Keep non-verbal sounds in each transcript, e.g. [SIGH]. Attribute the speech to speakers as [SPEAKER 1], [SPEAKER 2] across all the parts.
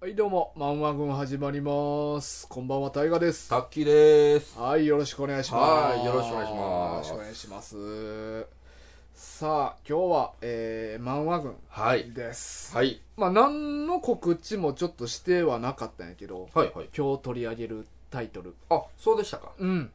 [SPEAKER 1] はい、どうも、マンワ軍始まります。こんばんは、タイガです。
[SPEAKER 2] タッキーです。
[SPEAKER 1] はい、よろしくお願いします。
[SPEAKER 2] はいよろしくお願いします
[SPEAKER 1] よろしくお願いします。さあ、今日は、えー、マンワ軍
[SPEAKER 2] はい。
[SPEAKER 1] です。
[SPEAKER 2] はい。
[SPEAKER 1] まあ、何の告知もちょっとしてはなかったんやけど、
[SPEAKER 2] はいはい。
[SPEAKER 1] 今日取り上げるタイトル。
[SPEAKER 2] あ、そうでしたか。
[SPEAKER 1] うん。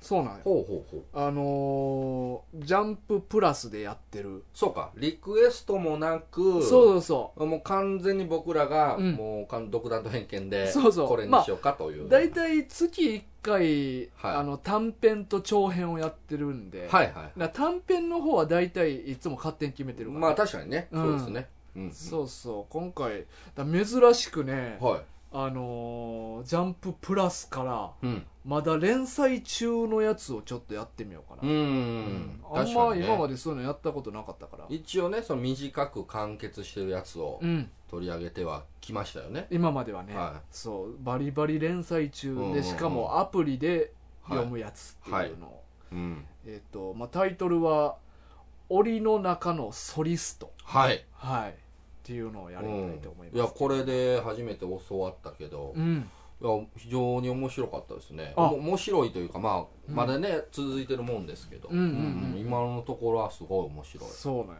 [SPEAKER 1] そうなんや。
[SPEAKER 2] ほうほうほう。
[SPEAKER 1] あのー、ジャンププラスでやってる。
[SPEAKER 2] そうか。リクエストもなく、。
[SPEAKER 1] そうそう
[SPEAKER 2] もう完全に僕らが、
[SPEAKER 1] うん
[SPEAKER 2] もうかん独断と偏見で、
[SPEAKER 1] そうそう。
[SPEAKER 2] これにしようかというう。
[SPEAKER 1] だいたい月1回、
[SPEAKER 2] はい
[SPEAKER 1] あの、短編と長編をやってるんで、
[SPEAKER 2] は
[SPEAKER 1] だ
[SPEAKER 2] いはい。
[SPEAKER 1] から短編の方は大体いつも勝手に決めてるから、
[SPEAKER 2] まあ確かにね。
[SPEAKER 1] うん
[SPEAKER 2] そうですね。うん。
[SPEAKER 1] そうそう今回だから珍しくね、
[SPEAKER 2] は
[SPEAKER 1] あのージャンププラス」から
[SPEAKER 2] い。うん。
[SPEAKER 1] まだ連載中のやつをちょっとやってみようか
[SPEAKER 2] う
[SPEAKER 1] な、
[SPEAKER 2] ん。
[SPEAKER 1] あんま今ま
[SPEAKER 2] で。
[SPEAKER 1] でそういうのやったことなかったから
[SPEAKER 2] 一応ね、その短く完結してるやつを
[SPEAKER 1] うん
[SPEAKER 2] 取り上げてはきましたよね。
[SPEAKER 1] 今まではね、
[SPEAKER 2] は
[SPEAKER 1] そうバリバリ連載中で、
[SPEAKER 2] うんうんうん
[SPEAKER 1] しかもアプリで読むやつっていうのを、
[SPEAKER 2] うん。
[SPEAKER 1] えっ、と、まあ、タイトルは「檻の中のソリスト
[SPEAKER 2] はい。」
[SPEAKER 1] はいっていうのをやりたいと思います、
[SPEAKER 2] うんや、これで初めて教わったけど、
[SPEAKER 1] うん
[SPEAKER 2] いや非常に面白かったですね
[SPEAKER 1] あ
[SPEAKER 2] おも面白いというか、まあ、
[SPEAKER 1] うん
[SPEAKER 2] まだね、続いてるもんですけど、
[SPEAKER 1] うんうんうん
[SPEAKER 2] うん今のところはすごい面白い
[SPEAKER 1] そうなんよね、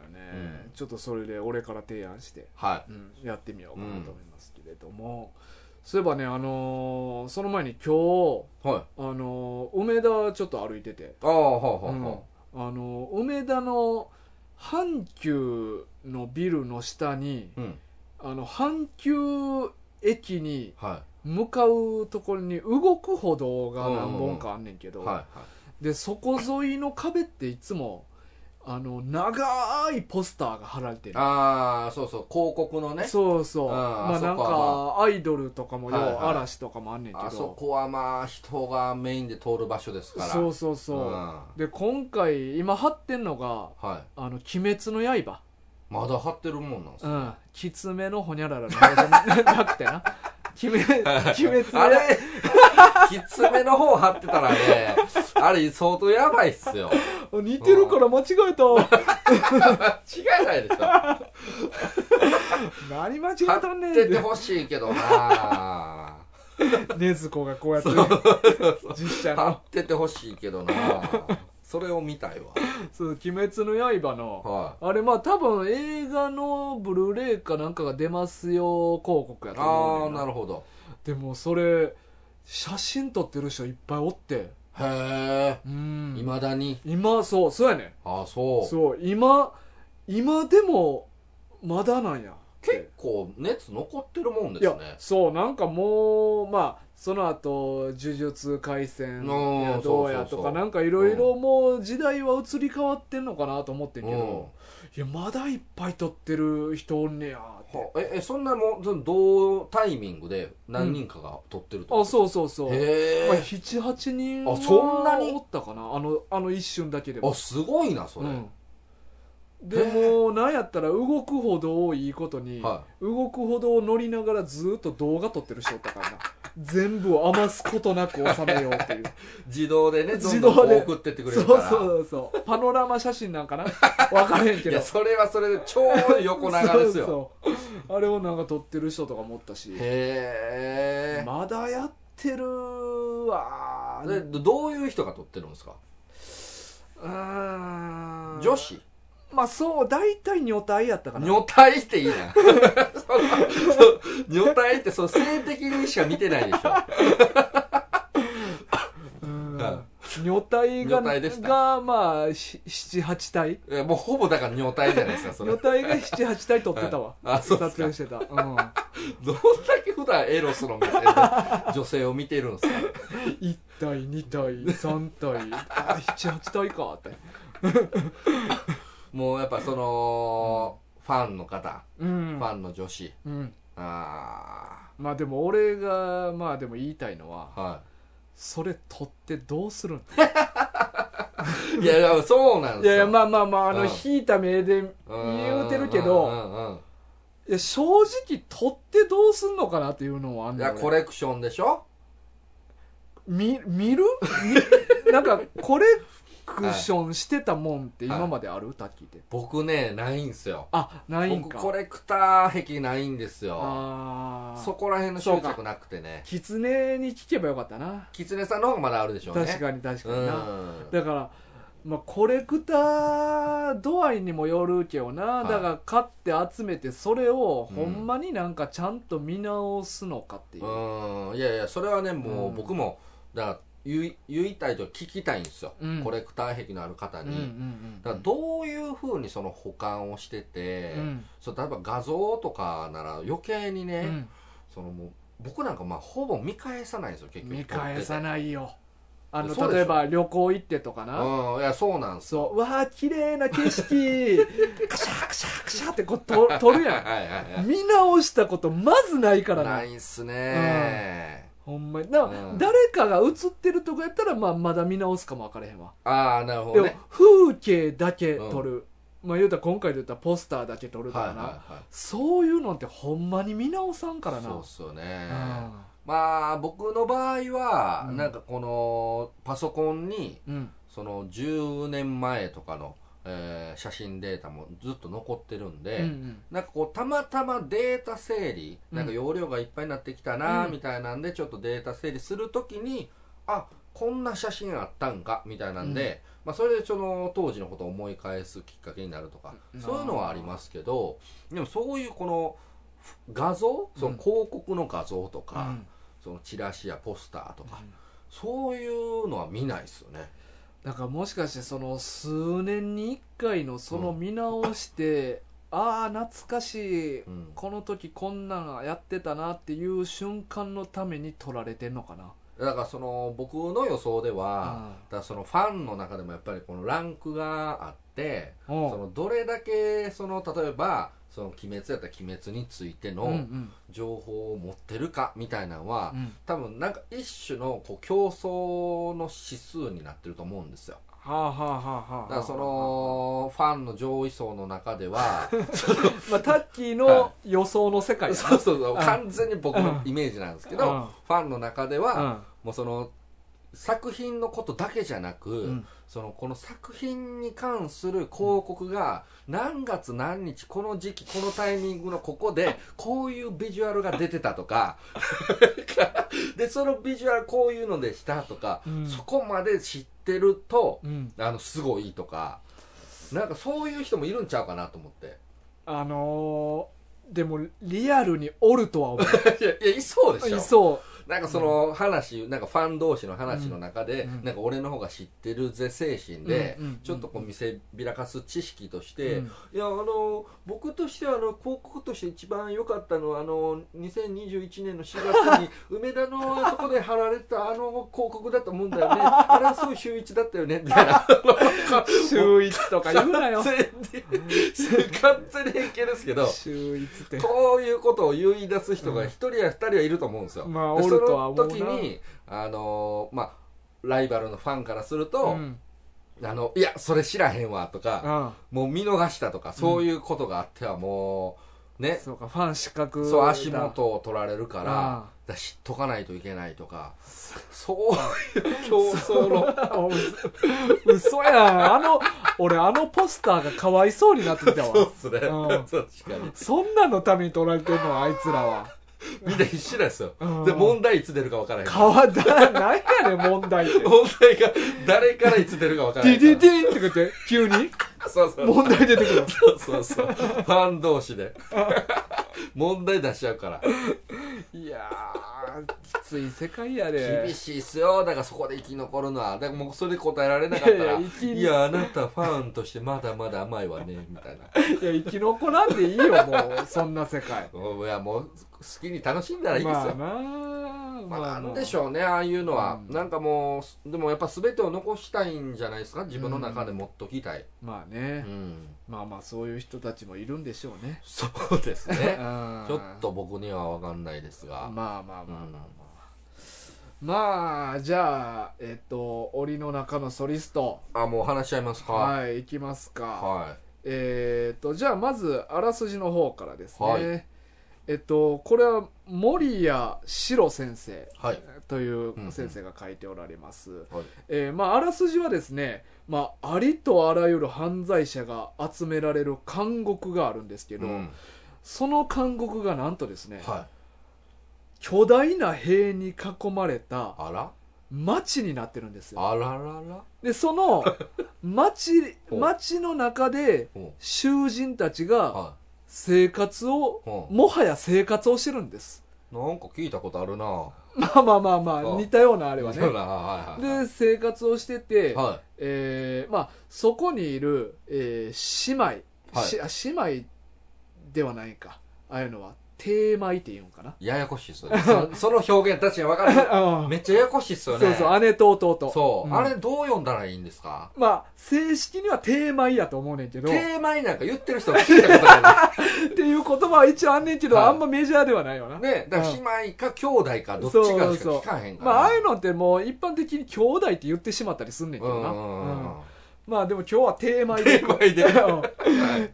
[SPEAKER 2] うん
[SPEAKER 1] ちょっとそれで俺から提案して、
[SPEAKER 2] は
[SPEAKER 1] うんやってみようかなと思いますけれども、そういえばね、あのーその前に今日、
[SPEAKER 2] いはい
[SPEAKER 1] あのー梅田ちょっと歩いてて、
[SPEAKER 2] ああはいはい
[SPEAKER 1] うん
[SPEAKER 2] はい
[SPEAKER 1] あのー梅田の阪急のビルの下に
[SPEAKER 2] うん、
[SPEAKER 1] あの阪急駅に
[SPEAKER 2] は
[SPEAKER 1] 向かうところに動く歩道が何本かあんねんけ
[SPEAKER 2] い
[SPEAKER 1] ど、
[SPEAKER 2] はいはい
[SPEAKER 1] でそこ沿いの壁っていつもあの長いポスターが貼られてる
[SPEAKER 2] ああそうそう広告のね
[SPEAKER 1] そうそう
[SPEAKER 2] うん
[SPEAKER 1] まあ
[SPEAKER 2] あそ
[SPEAKER 1] なん
[SPEAKER 2] こは
[SPEAKER 1] かアイドルとかもよ
[SPEAKER 2] はいはい
[SPEAKER 1] 嵐とかもあんねんけ
[SPEAKER 2] あそ
[SPEAKER 1] ど
[SPEAKER 2] こはまあ人がメインで通る場所ですから
[SPEAKER 1] そううそうそ
[SPEAKER 2] ん
[SPEAKER 1] うで今回今貼ってんのが
[SPEAKER 2] はい
[SPEAKER 1] 「あの鬼滅の刃」
[SPEAKER 2] まだ張ってるもんなんです
[SPEAKER 1] う
[SPEAKER 2] ね
[SPEAKER 1] ん「きつめのほにゃらら」なくてな [LAUGHS] 「鬼
[SPEAKER 2] [LAUGHS]
[SPEAKER 1] 滅鬼滅の刃
[SPEAKER 2] あれ [LAUGHS] きつめの方張ってたらねあれ相当やばいっ
[SPEAKER 1] [LAUGHS]
[SPEAKER 2] すよ」
[SPEAKER 1] 似てるから間違えた
[SPEAKER 2] 違いないでしょ
[SPEAKER 1] 何間違え
[SPEAKER 2] 買った
[SPEAKER 1] んねんって
[SPEAKER 2] ててほしいけ
[SPEAKER 1] [LAUGHS]
[SPEAKER 2] どな
[SPEAKER 1] 禰豆子がこうやって実写
[SPEAKER 2] 買っ
[SPEAKER 1] の
[SPEAKER 2] ててほしいけどなそれを見たいわ
[SPEAKER 1] 「そう鬼滅の刃」の
[SPEAKER 2] は
[SPEAKER 1] あれまあ多分映画のブルーレイかなんかが出ますよ広告や
[SPEAKER 2] い
[SPEAKER 1] と
[SPEAKER 2] あ
[SPEAKER 1] 思う
[SPEAKER 2] あ
[SPEAKER 1] ねん
[SPEAKER 2] なるほど
[SPEAKER 1] でもそれ写真撮ってる人いっぱいおって
[SPEAKER 2] へ
[SPEAKER 1] うん
[SPEAKER 2] えいまだに
[SPEAKER 1] 今そうそうやね
[SPEAKER 2] ああそう
[SPEAKER 1] そう今今でもまだなんや
[SPEAKER 2] 結構熱残ってるもん
[SPEAKER 1] い
[SPEAKER 2] です
[SPEAKER 1] や
[SPEAKER 2] ね
[SPEAKER 1] そうなんかもうまあその後呪術廻戦
[SPEAKER 2] うん
[SPEAKER 1] やど
[SPEAKER 2] そうそうそう
[SPEAKER 1] うやとかなんかいろいろもう時代は移り変わってんのかなと思ってんけど、いやまだいっぱい撮ってる人おんねやっ
[SPEAKER 2] うんは
[SPEAKER 1] て
[SPEAKER 2] ええそんなもんその同タイミングで何人かが撮ってるって
[SPEAKER 1] あ
[SPEAKER 2] こと
[SPEAKER 1] そうそうそう
[SPEAKER 2] へ
[SPEAKER 1] まあ、
[SPEAKER 2] え
[SPEAKER 1] 78人
[SPEAKER 2] あそんなに
[SPEAKER 1] はおったかなあのあの一瞬だけでも
[SPEAKER 2] あすごいなそれ、
[SPEAKER 1] うん、でもうなんやったら動くほどをいいことに、
[SPEAKER 2] は
[SPEAKER 1] 動くほどを乗りながらずっと動画撮ってる人おったからな全部を余すことなく収めよう
[SPEAKER 2] [LAUGHS]
[SPEAKER 1] っていう
[SPEAKER 2] い、自動でねどんどん
[SPEAKER 1] 自動で
[SPEAKER 2] 送ってってくれ
[SPEAKER 1] そう
[SPEAKER 2] るから
[SPEAKER 1] そうそうパノラマ写真なんかな分からへんけ
[SPEAKER 2] い
[SPEAKER 1] ど
[SPEAKER 2] やそれはそれで超横長ですよ
[SPEAKER 1] そうそうあれをなんか撮ってる人とかもおったし
[SPEAKER 2] へえ
[SPEAKER 1] まだやってるわ
[SPEAKER 2] でどどういう人が撮ってるんですか
[SPEAKER 1] うーん
[SPEAKER 2] 女子
[SPEAKER 1] まあそう大体女体やったかな
[SPEAKER 2] 女体っていいな [LAUGHS] そのそう女体ってそう性的にしか見てないでしょ
[SPEAKER 1] うん
[SPEAKER 2] は
[SPEAKER 1] 女体が
[SPEAKER 2] 女体でした
[SPEAKER 1] がまあし78体
[SPEAKER 2] えもうほぼだから女体じゃないですかそれ
[SPEAKER 1] 女
[SPEAKER 2] どん
[SPEAKER 1] 体が78体撮ってたわ、
[SPEAKER 2] [LAUGHS] はいあそうっすか
[SPEAKER 1] 撮影してた、う
[SPEAKER 2] だけ普段エロスの目線で女性を見てるんですか
[SPEAKER 1] ん、1体2体3体
[SPEAKER 2] [LAUGHS]
[SPEAKER 1] あ78体かって
[SPEAKER 2] もうやっぱその、ファンの方
[SPEAKER 1] うん
[SPEAKER 2] ファンの女子
[SPEAKER 1] うん、
[SPEAKER 2] あ
[SPEAKER 1] まあでも俺がまあでも言いたいのは
[SPEAKER 2] あは
[SPEAKER 1] それ撮ってどうするん
[SPEAKER 2] いいやいやそうなん
[SPEAKER 1] い
[SPEAKER 2] です
[SPEAKER 1] や
[SPEAKER 2] よ
[SPEAKER 1] いやまあまあまああ
[SPEAKER 2] う
[SPEAKER 1] の
[SPEAKER 2] ん
[SPEAKER 1] 引いた目で言うてるけど、
[SPEAKER 2] うんうんうん
[SPEAKER 1] いや正直撮ってどうすんのかなっていうのはあん
[SPEAKER 2] い
[SPEAKER 1] ねん
[SPEAKER 2] や
[SPEAKER 1] 俺
[SPEAKER 2] コレクションでしょ
[SPEAKER 1] 見見る見なんかコレクションしてたもんって今まである、タッキーって
[SPEAKER 2] 僕ねないんですよ
[SPEAKER 1] あないん
[SPEAKER 2] 僕
[SPEAKER 1] か
[SPEAKER 2] コレクター癖ないんですよ
[SPEAKER 1] ああ
[SPEAKER 2] そこら辺の執着なくてね
[SPEAKER 1] キツネに聞けばよかったな、
[SPEAKER 2] キツネさんの方がまだあるでしょうね
[SPEAKER 1] 確かに確かにな、
[SPEAKER 2] うん
[SPEAKER 1] だから、まあ、コレクター度合いにもよるけどな、
[SPEAKER 2] い
[SPEAKER 1] だから買って集めてそれを
[SPEAKER 2] うん
[SPEAKER 1] ほんまになんかちゃんと見直すのかっていう、
[SPEAKER 2] うんいやいやそれはねも
[SPEAKER 1] うん
[SPEAKER 2] う僕もだから言い言いたいと聞きたいんですよ、
[SPEAKER 1] うん
[SPEAKER 2] コレクター癖のある方
[SPEAKER 1] うんう
[SPEAKER 2] に、
[SPEAKER 1] ん
[SPEAKER 2] だからどういうふうにその保管をしてて、
[SPEAKER 1] うん
[SPEAKER 2] そう例えば画像とかなら余計にね、
[SPEAKER 1] うん
[SPEAKER 2] そのもう僕なんかまあほぼ見返さないんですよ結局
[SPEAKER 1] 見返さ
[SPEAKER 2] い
[SPEAKER 1] ないよあの
[SPEAKER 2] そうでしょ
[SPEAKER 1] 例えば旅行行ってとかな、
[SPEAKER 2] うんいやそうなんです
[SPEAKER 1] そううわあ綺麗な景色 [LAUGHS] カシャカシャカシャってこうと撮るや
[SPEAKER 2] はいはいは
[SPEAKER 1] ん
[SPEAKER 2] い
[SPEAKER 1] 見直したことまずないからな
[SPEAKER 2] ないんすね、
[SPEAKER 1] ほんまにだから、
[SPEAKER 2] うん
[SPEAKER 1] 誰かが映ってるとこやったら、まあ、まだ見直すかも分からへんわ
[SPEAKER 2] ああなるほ
[SPEAKER 1] で
[SPEAKER 2] ど
[SPEAKER 1] も
[SPEAKER 2] ね
[SPEAKER 1] 風景だけ撮る、まあ言うたら今回で言ったらポスターだけ撮ると
[SPEAKER 2] はい
[SPEAKER 1] かな、
[SPEAKER 2] はいはい
[SPEAKER 1] そういうのってほんまに見直さんからな
[SPEAKER 2] そうっ
[SPEAKER 1] う
[SPEAKER 2] すよね、
[SPEAKER 1] ん
[SPEAKER 2] まあ僕の場合は、
[SPEAKER 1] うん
[SPEAKER 2] なんかこのパソコンに
[SPEAKER 1] うん
[SPEAKER 2] その10年前とかの、えー写真データもずっと残ってるん
[SPEAKER 1] う
[SPEAKER 2] で、
[SPEAKER 1] んうん
[SPEAKER 2] なんかこうたまたまデータ整理
[SPEAKER 1] うん
[SPEAKER 2] なんか容量がいっぱいになってきたな
[SPEAKER 1] うん
[SPEAKER 2] みたいなんで、ちょっとデータ整理するときにあこんな写真あったんかみたいなんで、まあ、それでその当時のことを思い返すきっかけになるとか、
[SPEAKER 1] うん
[SPEAKER 2] そういうのはありますけどでもそういうこのふ画像その
[SPEAKER 1] うん
[SPEAKER 2] 広告の画像と
[SPEAKER 1] う
[SPEAKER 2] か、
[SPEAKER 1] ん
[SPEAKER 2] そのチラシやポスターとか、そういうのは見ないですよね。
[SPEAKER 1] だからもしかしてその数年に1回のその見直して、ああ懐かしい
[SPEAKER 2] うん
[SPEAKER 1] この時こんなのやってたなっていう瞬間のために撮られてんのかな
[SPEAKER 2] だからその僕の予想では、
[SPEAKER 1] あ
[SPEAKER 2] だからそのファンの中でもやっぱりこのランクがあって、
[SPEAKER 1] そ
[SPEAKER 2] そのどれだけその例えば「その鬼滅」やったら「鬼滅」について
[SPEAKER 1] うんう
[SPEAKER 2] の
[SPEAKER 1] ん
[SPEAKER 2] 情報を持ってるかみたいなのは、
[SPEAKER 1] うん
[SPEAKER 2] 多分なんか一種のこう競争の指数になってると思うんですよ
[SPEAKER 1] はあはあはあはあ
[SPEAKER 2] だからそのファンの上位層の
[SPEAKER 1] [LAUGHS]
[SPEAKER 2] 中では
[SPEAKER 1] まあ、タッキー
[SPEAKER 2] は
[SPEAKER 1] の予想の世界やな
[SPEAKER 2] [LAUGHS] そうそうそう
[SPEAKER 1] うん
[SPEAKER 2] 完全に僕のイメージなんですけど、
[SPEAKER 1] うん
[SPEAKER 2] ファンの中で
[SPEAKER 1] う
[SPEAKER 2] は、
[SPEAKER 1] ん
[SPEAKER 2] もうその作品のことだけじゃなく、
[SPEAKER 1] うん
[SPEAKER 2] そのこの作品に関する広告が何月何日この時期このタイミングのここでこういうビジュアルが出てたとか [LAUGHS] でそのビジュアルこういうのでしたとか、
[SPEAKER 1] うん
[SPEAKER 2] そこまで知ってると
[SPEAKER 1] うん
[SPEAKER 2] あのすごいとかなんかそういう人もいるんちゃうかなと思って
[SPEAKER 1] あのーでもリアルにおるとは思
[SPEAKER 2] いやいやいそうで
[SPEAKER 1] う
[SPEAKER 2] しょ
[SPEAKER 1] [LAUGHS] いそ
[SPEAKER 2] なんかその話、なんかファン同士の話の中で、
[SPEAKER 1] うん
[SPEAKER 2] なんか俺の方が知ってるぜ精神
[SPEAKER 1] う
[SPEAKER 2] で、
[SPEAKER 1] うんうん
[SPEAKER 2] ちょっとこう見せびらかす知識とし
[SPEAKER 1] うん
[SPEAKER 2] て、いやあの僕としてはあの広告として一番良かったのはあの2021年の4月
[SPEAKER 1] [LAUGHS]
[SPEAKER 2] に梅田のあそこで貼られたあの広告だと思うん
[SPEAKER 1] [LAUGHS]
[SPEAKER 2] だよねあれはすごい秀逸だったよねみたいな
[SPEAKER 1] 週一とか言うなよ
[SPEAKER 2] 完全に完全に偏見で
[SPEAKER 1] [LAUGHS]
[SPEAKER 2] すけど
[SPEAKER 1] 週一って
[SPEAKER 2] こういうことを言い出す人が一人や二人はいると思うんですよ。
[SPEAKER 1] まあ
[SPEAKER 2] で
[SPEAKER 1] おるとは思うな
[SPEAKER 2] その時に、あのーまあ、ライバルのファンからする
[SPEAKER 1] う
[SPEAKER 2] と、
[SPEAKER 1] ん
[SPEAKER 2] あの、いや、それ知らへんわとか、
[SPEAKER 1] あ
[SPEAKER 2] もう見逃したとか、そういうことがあってはもう、
[SPEAKER 1] あ
[SPEAKER 2] ね、
[SPEAKER 1] そうかファン資格
[SPEAKER 2] そう足元を取られるから、だ
[SPEAKER 1] ああ
[SPEAKER 2] から知っとかないといけないとか、そういう競争の、
[SPEAKER 1] [LAUGHS] 嘘やんあの俺あのポスターがかわいそうになってきた
[SPEAKER 2] そう
[SPEAKER 1] わ
[SPEAKER 2] っすね。
[SPEAKER 1] うん
[SPEAKER 2] そう確かに。
[SPEAKER 1] そんなのために撮られてんのあいつらは
[SPEAKER 2] みんな必死なんですよ。
[SPEAKER 1] うん
[SPEAKER 2] で、問題いつ出るかわからへんから。
[SPEAKER 1] かわだ何やねん問題って
[SPEAKER 2] 問題が誰からいつ出るかわからへ
[SPEAKER 1] [LAUGHS] ディ
[SPEAKER 2] んから。
[SPEAKER 1] [LAUGHS] ディディンって言って急に
[SPEAKER 2] そうそう。
[SPEAKER 1] 問題出てくる
[SPEAKER 2] そうそうそう。ファン同士で。 [LAUGHS] 問題出しちゃうから。
[SPEAKER 1] [LAUGHS] いやーきつい世界やで
[SPEAKER 2] 厳しいっすよ。だからそこで生き残るのは。だからもうそれで答えられなかった
[SPEAKER 1] いや
[SPEAKER 2] ら。
[SPEAKER 1] いや生き
[SPEAKER 2] いや、あなたファンとしてまだまだ甘いわね、みたいな。
[SPEAKER 1] いや生き残らんでいいよもうそんな世界
[SPEAKER 2] いや、もう好きに楽しんだらいいです
[SPEAKER 1] まあま
[SPEAKER 2] よ。ま
[SPEAKER 1] あ
[SPEAKER 2] あ、
[SPEAKER 1] まあ
[SPEAKER 2] なんでしょうね、ああいうのは。
[SPEAKER 1] うん
[SPEAKER 2] なんかもう、でもやっぱ全てを残したいんじゃないですか。自分の中で持っときたい。
[SPEAKER 1] まあ
[SPEAKER 2] う
[SPEAKER 1] ね、 [LAUGHS]
[SPEAKER 2] ん。
[SPEAKER 1] まあまあそういう人たちもいるんでしょうね
[SPEAKER 2] そうです
[SPEAKER 1] ち
[SPEAKER 2] ね。ちょ
[SPEAKER 1] ょ
[SPEAKER 2] っと僕にはわかんないです
[SPEAKER 1] まあ
[SPEAKER 2] が。
[SPEAKER 1] まあまあまあ
[SPEAKER 2] う
[SPEAKER 1] まあ、
[SPEAKER 2] ん
[SPEAKER 1] まあじゃあえっと檻の中のソリスト
[SPEAKER 2] あ、もう話しちゃいますか。
[SPEAKER 1] はい、い、きますか、
[SPEAKER 2] はい。
[SPEAKER 1] えー、とじゃあまずあらすじの方からですね、
[SPEAKER 2] はい
[SPEAKER 1] えっと、これは森谷史郎先生
[SPEAKER 2] はい
[SPEAKER 1] という先生が書いておられます、
[SPEAKER 2] はい
[SPEAKER 1] えーまあ、あらすじはですね、まあ、ありとあらゆる犯罪者が集められる監獄があるんですけど、
[SPEAKER 2] うん
[SPEAKER 1] その監獄がなんとですね、
[SPEAKER 2] はい
[SPEAKER 1] 巨大な塀に囲まれた
[SPEAKER 2] あら
[SPEAKER 1] 町になってるんですよ
[SPEAKER 2] あららら
[SPEAKER 1] でそ
[SPEAKER 2] [LAUGHS]
[SPEAKER 1] の町
[SPEAKER 2] お
[SPEAKER 1] 町の中で
[SPEAKER 2] うん
[SPEAKER 1] 囚人たちが
[SPEAKER 2] は
[SPEAKER 1] 生活を
[SPEAKER 2] いうん
[SPEAKER 1] もはや生活をしてるんです
[SPEAKER 2] なんか聞いたことあるな
[SPEAKER 1] まあまあまあまあ
[SPEAKER 2] お
[SPEAKER 1] 似たようなあ
[SPEAKER 2] あ
[SPEAKER 1] れはね
[SPEAKER 2] はいはいはい
[SPEAKER 1] で生活をしてて、
[SPEAKER 2] は
[SPEAKER 1] えーまあ、そこにいる、えー姉妹、
[SPEAKER 2] はい
[SPEAKER 1] しあ姉妹ではないかああいうのは帝舞って言うんかな
[SPEAKER 2] いややこしいっすよねそ [LAUGHS] その表現確かに分か
[SPEAKER 1] [LAUGHS]
[SPEAKER 2] る
[SPEAKER 1] あ
[SPEAKER 2] めっちゃややこしいっす
[SPEAKER 1] そ
[SPEAKER 2] よ
[SPEAKER 1] う
[SPEAKER 2] ね
[SPEAKER 1] そう姉と弟
[SPEAKER 2] そう、
[SPEAKER 1] ん
[SPEAKER 2] あれどう読んだらいいんですか
[SPEAKER 1] まあ正式には帝舞やと思うねんけどっ
[SPEAKER 2] テーマになんか言ってる人聞いたことな
[SPEAKER 1] ていう言葉は一応あんねんけど、
[SPEAKER 2] はい
[SPEAKER 1] あんまメジャーではないよな、
[SPEAKER 2] いねだから姉妹か兄弟かどっちかしか聞かへんか
[SPEAKER 1] ま
[SPEAKER 2] ら
[SPEAKER 1] あ、ああいうのってもう一般的に兄弟って言ってしまったりすんねんけどな、うんまあでも今日は帝舞で
[SPEAKER 2] テーマ
[SPEAKER 1] [LAUGHS]
[SPEAKER 2] にで、
[SPEAKER 1] うん
[SPEAKER 2] はい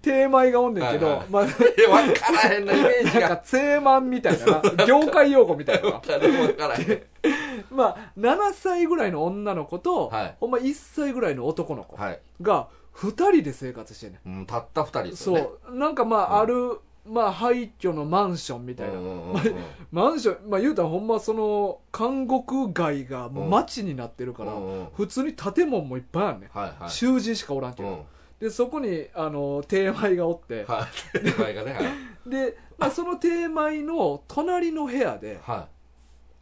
[SPEAKER 1] 帝舞がおんねんけど、
[SPEAKER 2] はいはい
[SPEAKER 1] まあ
[SPEAKER 2] え分からへんなイメージ
[SPEAKER 1] なん
[SPEAKER 2] が
[SPEAKER 1] か、正満みたいなな、業界用語みたいな。
[SPEAKER 2] 誰も分からへん
[SPEAKER 1] まあ、7歳ぐらいの女の子と、
[SPEAKER 2] はい
[SPEAKER 1] ほんま1歳ぐらいの男の子
[SPEAKER 2] はい、
[SPEAKER 1] が、2人で生活してんね
[SPEAKER 2] うん、たった二人
[SPEAKER 1] ん。
[SPEAKER 2] ですよね
[SPEAKER 1] そう。なんかまあ、ある、まあ、廃墟のマンションみたいな。
[SPEAKER 2] うんうんうんうん
[SPEAKER 1] マンション、まあ言うたらほんまその、監獄街がもう街になってるから、
[SPEAKER 2] うんうん
[SPEAKER 1] 普通に建物もいっぱいあるねん。
[SPEAKER 2] はいはい
[SPEAKER 1] 囚人しかおらんけ
[SPEAKER 2] う
[SPEAKER 1] ど。
[SPEAKER 2] ん
[SPEAKER 1] で、そこに、あの、帝舞がおって、
[SPEAKER 2] はい [LAUGHS] 手前がねはい
[SPEAKER 1] で、まあその帝舞の隣の部屋で、
[SPEAKER 2] は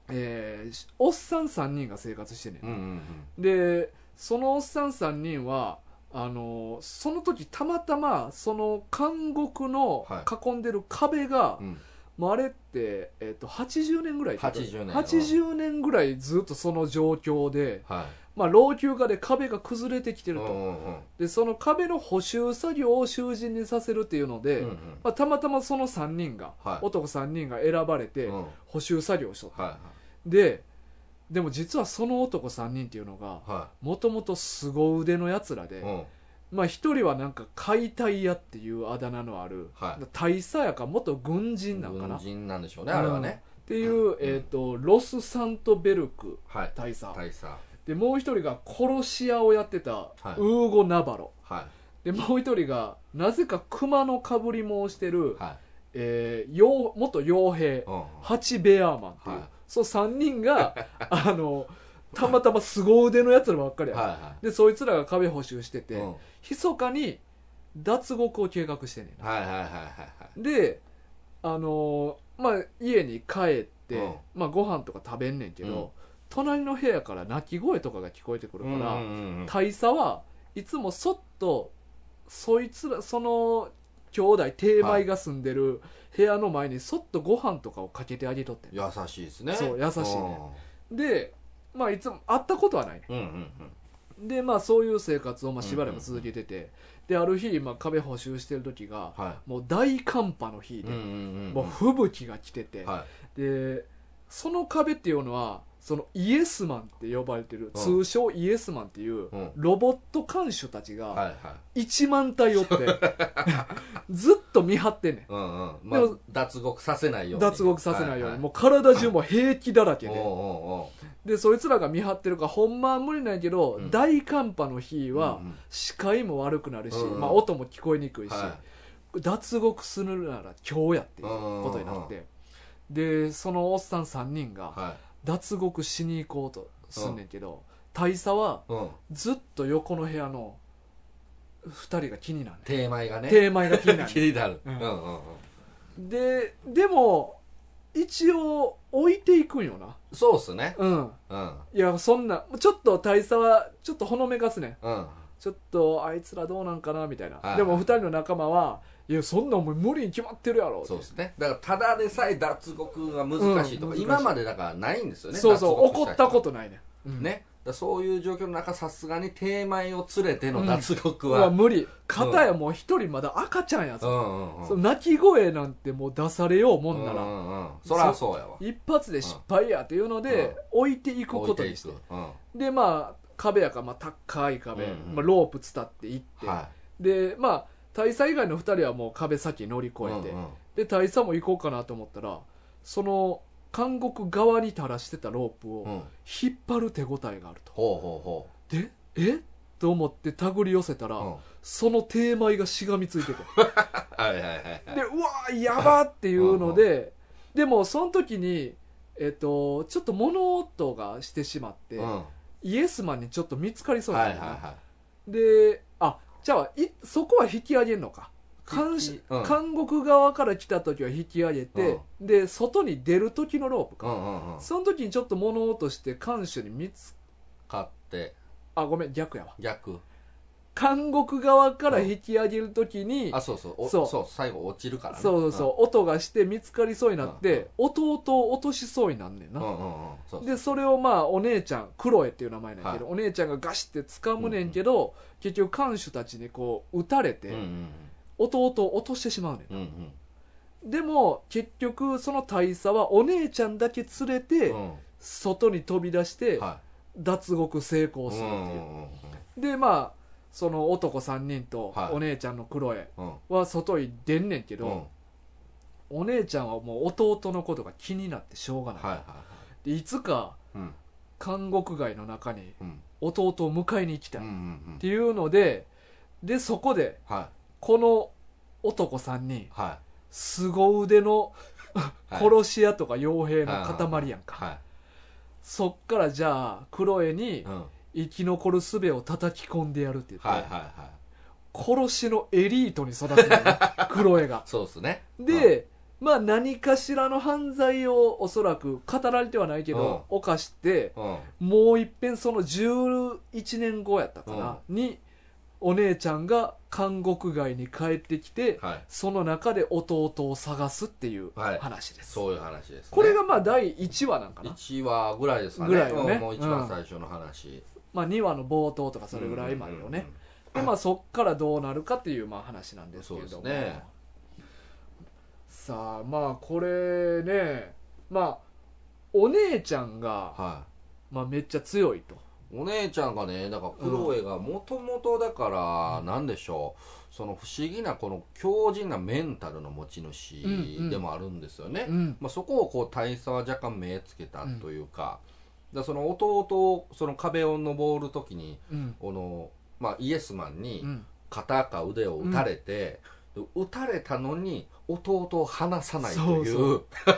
[SPEAKER 1] えーおっさん3人が生活してんね、
[SPEAKER 2] いうんんうんうん
[SPEAKER 1] でそのおっさん3人はあのーその時たまたまその監獄の
[SPEAKER 2] は
[SPEAKER 1] 囲んでる壁が、
[SPEAKER 2] うん
[SPEAKER 1] もうあれって、えっと80年ぐらいって
[SPEAKER 2] 80年
[SPEAKER 1] 80年ぐらいずっとその状況で、
[SPEAKER 2] はい
[SPEAKER 1] まあ、老朽化で壁が崩れてきて
[SPEAKER 2] うん
[SPEAKER 1] る
[SPEAKER 2] う
[SPEAKER 1] と、
[SPEAKER 2] んうん
[SPEAKER 1] でその壁の補修作業を囚人にさせるっていうので、
[SPEAKER 2] うんうん
[SPEAKER 1] まあ、たまたまその3人が、
[SPEAKER 2] はい
[SPEAKER 1] 男3人が選ばれて、
[SPEAKER 2] うん
[SPEAKER 1] 補修作業をしとった
[SPEAKER 2] は
[SPEAKER 1] ででも実はその男3人っていうのが
[SPEAKER 2] いは
[SPEAKER 1] もともと凄腕のやつらで、
[SPEAKER 2] いうん
[SPEAKER 1] まあ一人はなんか解体屋っていうあだ名のある、
[SPEAKER 2] はい
[SPEAKER 1] 大佐やか元軍人なんかな
[SPEAKER 2] 軍人なんでしょうねあれはね
[SPEAKER 1] っていう、えっ、とロス・サントベルク
[SPEAKER 2] はい
[SPEAKER 1] 大佐
[SPEAKER 2] 大佐は
[SPEAKER 1] でもう一人が殺し屋をやってた
[SPEAKER 2] い
[SPEAKER 1] ウーゴ・ナバロ
[SPEAKER 2] い
[SPEAKER 1] でもう一人がなぜか熊のかぶりもをしてる、
[SPEAKER 2] は
[SPEAKER 1] えー傭元傭兵
[SPEAKER 2] いうん
[SPEAKER 1] ハチベアーマンっていう、
[SPEAKER 2] はい
[SPEAKER 1] そう3人が [LAUGHS] あのたまたま凄腕のやつらばっかりや、
[SPEAKER 2] は
[SPEAKER 1] でそいつらが壁補修して
[SPEAKER 2] い
[SPEAKER 1] て、
[SPEAKER 2] はいうん
[SPEAKER 1] 密かに脱獄を計画してんねんな
[SPEAKER 2] はいはいはいはいはい
[SPEAKER 1] であのーまあ家に帰って、
[SPEAKER 2] うん
[SPEAKER 1] まあ、ご飯とか食べんねんけど、
[SPEAKER 2] うん
[SPEAKER 1] 隣の部屋から泣き声とかが聞こえてくるから、
[SPEAKER 2] うんうんうん
[SPEAKER 1] 大佐はいつもそっとそいつらその兄弟帝舞が住んでる部屋の前にそっとご飯とかをかけてあげとってん
[SPEAKER 2] 優しいですね
[SPEAKER 1] そう優しいねでまあいつも会ったことはないね
[SPEAKER 2] うんうんうんうん
[SPEAKER 1] でまあそういう生活をまあしばらく続けてて、である日、まあ、壁補修してる時が
[SPEAKER 2] は
[SPEAKER 1] もう大寒波の日
[SPEAKER 2] い
[SPEAKER 1] で、
[SPEAKER 2] うんうんうん
[SPEAKER 1] もう吹雪が来てて、
[SPEAKER 2] は
[SPEAKER 1] でその壁っていうのはそのイエスマンって呼ばれてる、
[SPEAKER 2] うん
[SPEAKER 1] 通称イエスマンっていう
[SPEAKER 2] うん
[SPEAKER 1] ロボット看守たち
[SPEAKER 2] いはい
[SPEAKER 1] が
[SPEAKER 2] はい
[SPEAKER 1] 1万体おっ
[SPEAKER 2] [LAUGHS]
[SPEAKER 1] て、ずっと見張ってんね
[SPEAKER 2] うんうんまあ
[SPEAKER 1] でも
[SPEAKER 2] 脱獄させないよ
[SPEAKER 1] ん
[SPEAKER 2] うに
[SPEAKER 1] 脱獄させないように、
[SPEAKER 2] は
[SPEAKER 1] もう体中もう兵器だらけ
[SPEAKER 2] は
[SPEAKER 1] で、
[SPEAKER 2] おうおうお
[SPEAKER 1] でそいつらが見張ってるからほんまは無理なんやけど、
[SPEAKER 2] うん
[SPEAKER 1] 大寒波の日
[SPEAKER 2] う
[SPEAKER 1] は
[SPEAKER 2] うんうん
[SPEAKER 1] 視界も悪くなるし、
[SPEAKER 2] うんうん
[SPEAKER 1] まあ、音も聞こえにくいし、
[SPEAKER 2] は
[SPEAKER 1] 脱獄するなら今日やっていうことになって、でそのおっさん3人
[SPEAKER 2] い
[SPEAKER 1] が
[SPEAKER 2] は
[SPEAKER 1] 脱獄しに行こうとすんねんけど、大佐はい
[SPEAKER 2] うん
[SPEAKER 1] ずっと横の部屋の2人が気になる、ね
[SPEAKER 2] 手前が
[SPEAKER 1] ん、
[SPEAKER 2] ね
[SPEAKER 1] 手前が気にな
[SPEAKER 2] 気
[SPEAKER 1] る、
[SPEAKER 2] になる
[SPEAKER 1] う
[SPEAKER 2] うんんうんうん
[SPEAKER 1] ででも一応置いていくんよな
[SPEAKER 2] そうっすね
[SPEAKER 1] うん
[SPEAKER 2] うん
[SPEAKER 1] いやそんなちょっと大佐はちょっとほのめかすねん
[SPEAKER 2] うん
[SPEAKER 1] ちょっとあいつらどうなんかなみたいな、
[SPEAKER 2] はい
[SPEAKER 1] でも2人の仲間はいやそんなんお前無理に決まってるやろって
[SPEAKER 2] そうですねだからただでさえ脱獄が難しいとか、
[SPEAKER 1] うん難しい
[SPEAKER 2] 今までだからないんですよね
[SPEAKER 1] そうそう
[SPEAKER 2] 脱獄
[SPEAKER 1] 怒
[SPEAKER 2] し
[SPEAKER 1] った
[SPEAKER 2] 人
[SPEAKER 1] ことないね、うん
[SPEAKER 2] ねだからそういう状況の中さすがに手前を連れて
[SPEAKER 1] う
[SPEAKER 2] の
[SPEAKER 1] ん
[SPEAKER 2] 脱獄
[SPEAKER 1] う
[SPEAKER 2] は、
[SPEAKER 1] わ
[SPEAKER 2] うん
[SPEAKER 1] 無理片やもう一人まだ赤ちゃんや
[SPEAKER 2] う
[SPEAKER 1] ぞ、
[SPEAKER 2] んうん
[SPEAKER 1] その泣き声なんてもう出されようもんなら、
[SPEAKER 2] うんうんうんそらそうやわ
[SPEAKER 1] 一発で失敗やっていうので、置いていくことにして
[SPEAKER 2] 置いくうんは
[SPEAKER 1] でまあ壁やから、まあ、高い壁、
[SPEAKER 2] うんうん
[SPEAKER 1] まあ、ロープ伝っていっ
[SPEAKER 2] い
[SPEAKER 1] て、でまあ大佐以外の2人はもう壁先乗り越えて、
[SPEAKER 2] うんうん
[SPEAKER 1] で大佐も行こうかなと思ったらその監獄側に垂らしてたロープ
[SPEAKER 2] う
[SPEAKER 1] を
[SPEAKER 2] ん
[SPEAKER 1] 引っ張る手応えがあると、
[SPEAKER 2] ほうほうほ
[SPEAKER 1] でえと思って手繰り寄せたら、
[SPEAKER 2] う、うん、
[SPEAKER 1] その手前がしがみついてて
[SPEAKER 2] はいはいはいはい
[SPEAKER 1] でうわーやばっていうのででもその時にえっとちょっと物音がしてしまって、
[SPEAKER 2] うん、は
[SPEAKER 1] イエスマンにちょっと見つかり
[SPEAKER 2] い
[SPEAKER 1] そう
[SPEAKER 2] は
[SPEAKER 1] だ
[SPEAKER 2] い
[SPEAKER 1] ったな
[SPEAKER 2] は
[SPEAKER 1] であじゃあいそこは引き上げるのか監視
[SPEAKER 2] 引きうん
[SPEAKER 1] 監獄側から来た時は引き上げて、で外に出る時のロープ
[SPEAKER 2] い
[SPEAKER 1] か、
[SPEAKER 2] うんうんうん
[SPEAKER 1] その時にちょっと物音して看守に見つ
[SPEAKER 2] 買って
[SPEAKER 1] あごめん逆やわ
[SPEAKER 2] 逆
[SPEAKER 1] 監獄側から引き上げる時に、
[SPEAKER 2] あそうそうお
[SPEAKER 1] そ
[SPEAKER 2] そうう最後落ちるからね
[SPEAKER 1] そうそうそう、音がして見つかりそうになって、弟を落としそうになんねん
[SPEAKER 2] う
[SPEAKER 1] な、
[SPEAKER 2] んうんうんうんそうそう
[SPEAKER 1] でそれをまあお姉ちゃんクロエっていう名前なんやけど、お姉ちゃんがガシって掴むねんけど、結局看守たちにこう撃たれて、
[SPEAKER 2] うん
[SPEAKER 1] 弟を落としてしまうねん
[SPEAKER 2] うんうんうん
[SPEAKER 1] でも結局その大佐はお姉ちゃんだけ連れて
[SPEAKER 2] うん
[SPEAKER 1] 外に飛び出して
[SPEAKER 2] は
[SPEAKER 1] 脱獄成功
[SPEAKER 2] い
[SPEAKER 1] するっていう、
[SPEAKER 2] んうん
[SPEAKER 1] でまあその男3人と
[SPEAKER 2] はい
[SPEAKER 1] お姉ちゃんのクロエ
[SPEAKER 2] うん
[SPEAKER 1] は外に出んねんけ
[SPEAKER 2] う
[SPEAKER 1] ど、
[SPEAKER 2] んうん
[SPEAKER 1] お姉ちゃんはもう弟のことが気になってしょうがない、
[SPEAKER 2] はいはいはい
[SPEAKER 1] でいつか
[SPEAKER 2] うん
[SPEAKER 1] 監獄街の中に
[SPEAKER 2] うん
[SPEAKER 1] 弟を迎えに行きた
[SPEAKER 2] う
[SPEAKER 1] い
[SPEAKER 2] んう
[SPEAKER 1] っ
[SPEAKER 2] ん
[SPEAKER 1] ていうのででそこで
[SPEAKER 2] は
[SPEAKER 1] この男3人
[SPEAKER 2] いは
[SPEAKER 1] 凄腕の
[SPEAKER 2] いはい
[SPEAKER 1] 殺し屋とか傭兵の塊やんか、
[SPEAKER 2] は
[SPEAKER 1] そっからじゃあクロエに
[SPEAKER 2] いうんはい
[SPEAKER 1] 生き残る術を叩き込んでやるって言って、
[SPEAKER 2] はいはい
[SPEAKER 1] 殺しのエリートに育つの
[SPEAKER 2] [LAUGHS]
[SPEAKER 1] ねクロエが
[SPEAKER 2] そうですね
[SPEAKER 1] で、まあ何かしらの犯罪をおそらく語られてはないけど、犯して
[SPEAKER 2] うんうん
[SPEAKER 1] もういっぺんその11年後やったかな、にお姉ちゃんが監獄街に帰ってきて
[SPEAKER 2] はい
[SPEAKER 1] その中で弟を探すっていう
[SPEAKER 2] はい
[SPEAKER 1] 話です、
[SPEAKER 2] そういう話ですね
[SPEAKER 1] これがまあ第1話なんかな、
[SPEAKER 2] 1話ぐらいですかね
[SPEAKER 1] ぐらいよね
[SPEAKER 2] うんもう一番最初の話
[SPEAKER 1] まあ、2話の冒頭とかそれぐらいまでよね、
[SPEAKER 2] うんうんうん
[SPEAKER 1] でまあそっからどうなるかっていうまあ話なんですけれど
[SPEAKER 2] そ
[SPEAKER 1] も、
[SPEAKER 2] うですね
[SPEAKER 1] さあまあこれねまあお姉ちゃんが、
[SPEAKER 2] は
[SPEAKER 1] まあ、めっちゃ強いと
[SPEAKER 2] いお姉ちゃんがねだからクロエがもともとだからなんでしょうその不思議なこの強靭なメンタルの持ち
[SPEAKER 1] うんうん
[SPEAKER 2] 主でもあるんですよね、
[SPEAKER 1] うん
[SPEAKER 2] まあ、そこをこう大佐は若干目つけたというか,、だからその弟をその壁を登る時に
[SPEAKER 1] うん
[SPEAKER 2] この、まあ、イエスマンに
[SPEAKER 1] うん
[SPEAKER 2] 肩か腕を打たれて、打たれたのに弟を離さないという
[SPEAKER 1] そ
[SPEAKER 2] そうう
[SPEAKER 1] そ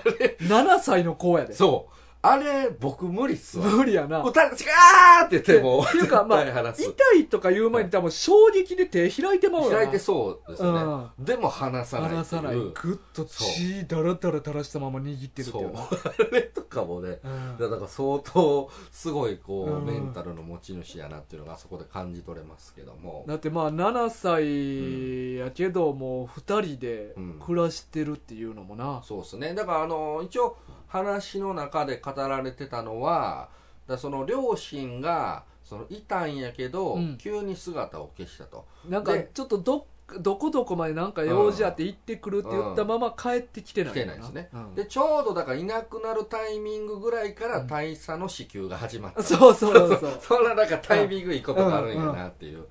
[SPEAKER 1] 7歳の子やで
[SPEAKER 2] あれ僕無理っ
[SPEAKER 1] [LAUGHS]
[SPEAKER 2] すわ
[SPEAKER 1] 無理やな
[SPEAKER 2] 打たれあーって言っても
[SPEAKER 1] っていうか [LAUGHS]
[SPEAKER 2] [LAUGHS]
[SPEAKER 1] まあ
[SPEAKER 2] 絶対離す
[SPEAKER 1] 痛いとか言う前に多分衝撃で手開いてまうよな
[SPEAKER 2] 開いてそうですね、
[SPEAKER 1] うん
[SPEAKER 2] でも離さない
[SPEAKER 1] 離
[SPEAKER 2] ってい
[SPEAKER 1] さ
[SPEAKER 2] [LAUGHS]
[SPEAKER 1] ないうグッと血だらだら垂らしたまま握ってるってい
[SPEAKER 2] そうう
[SPEAKER 1] な
[SPEAKER 2] あれとかもね
[SPEAKER 1] うん
[SPEAKER 2] [LAUGHS] だから相当すごいこう、
[SPEAKER 1] うん
[SPEAKER 2] メンタルの持ち主やなっていうのがそこで感じ取れますけども
[SPEAKER 1] だってまあ7歳やけどもう2人で暮らしてるっていうのもな、
[SPEAKER 2] そうですねだからあの一応話の中で語られてたのはだからその両親がそのいたんやけど、
[SPEAKER 1] うん
[SPEAKER 2] 急に姿を消したと
[SPEAKER 1] なんか
[SPEAKER 2] で
[SPEAKER 1] ちょっとどどこどこまでなんか用事あって行ってくるって言ったまま帰ってきてない
[SPEAKER 2] 来てないですね、
[SPEAKER 1] うん
[SPEAKER 2] でちょうどだからいなくなるタイミングぐらいから
[SPEAKER 1] うん
[SPEAKER 2] 大佐の支給が始まっ
[SPEAKER 1] [LAUGHS]
[SPEAKER 2] た、
[SPEAKER 1] そうそうそうそう
[SPEAKER 2] そんななんかタイミングいいことがあるんやなっていう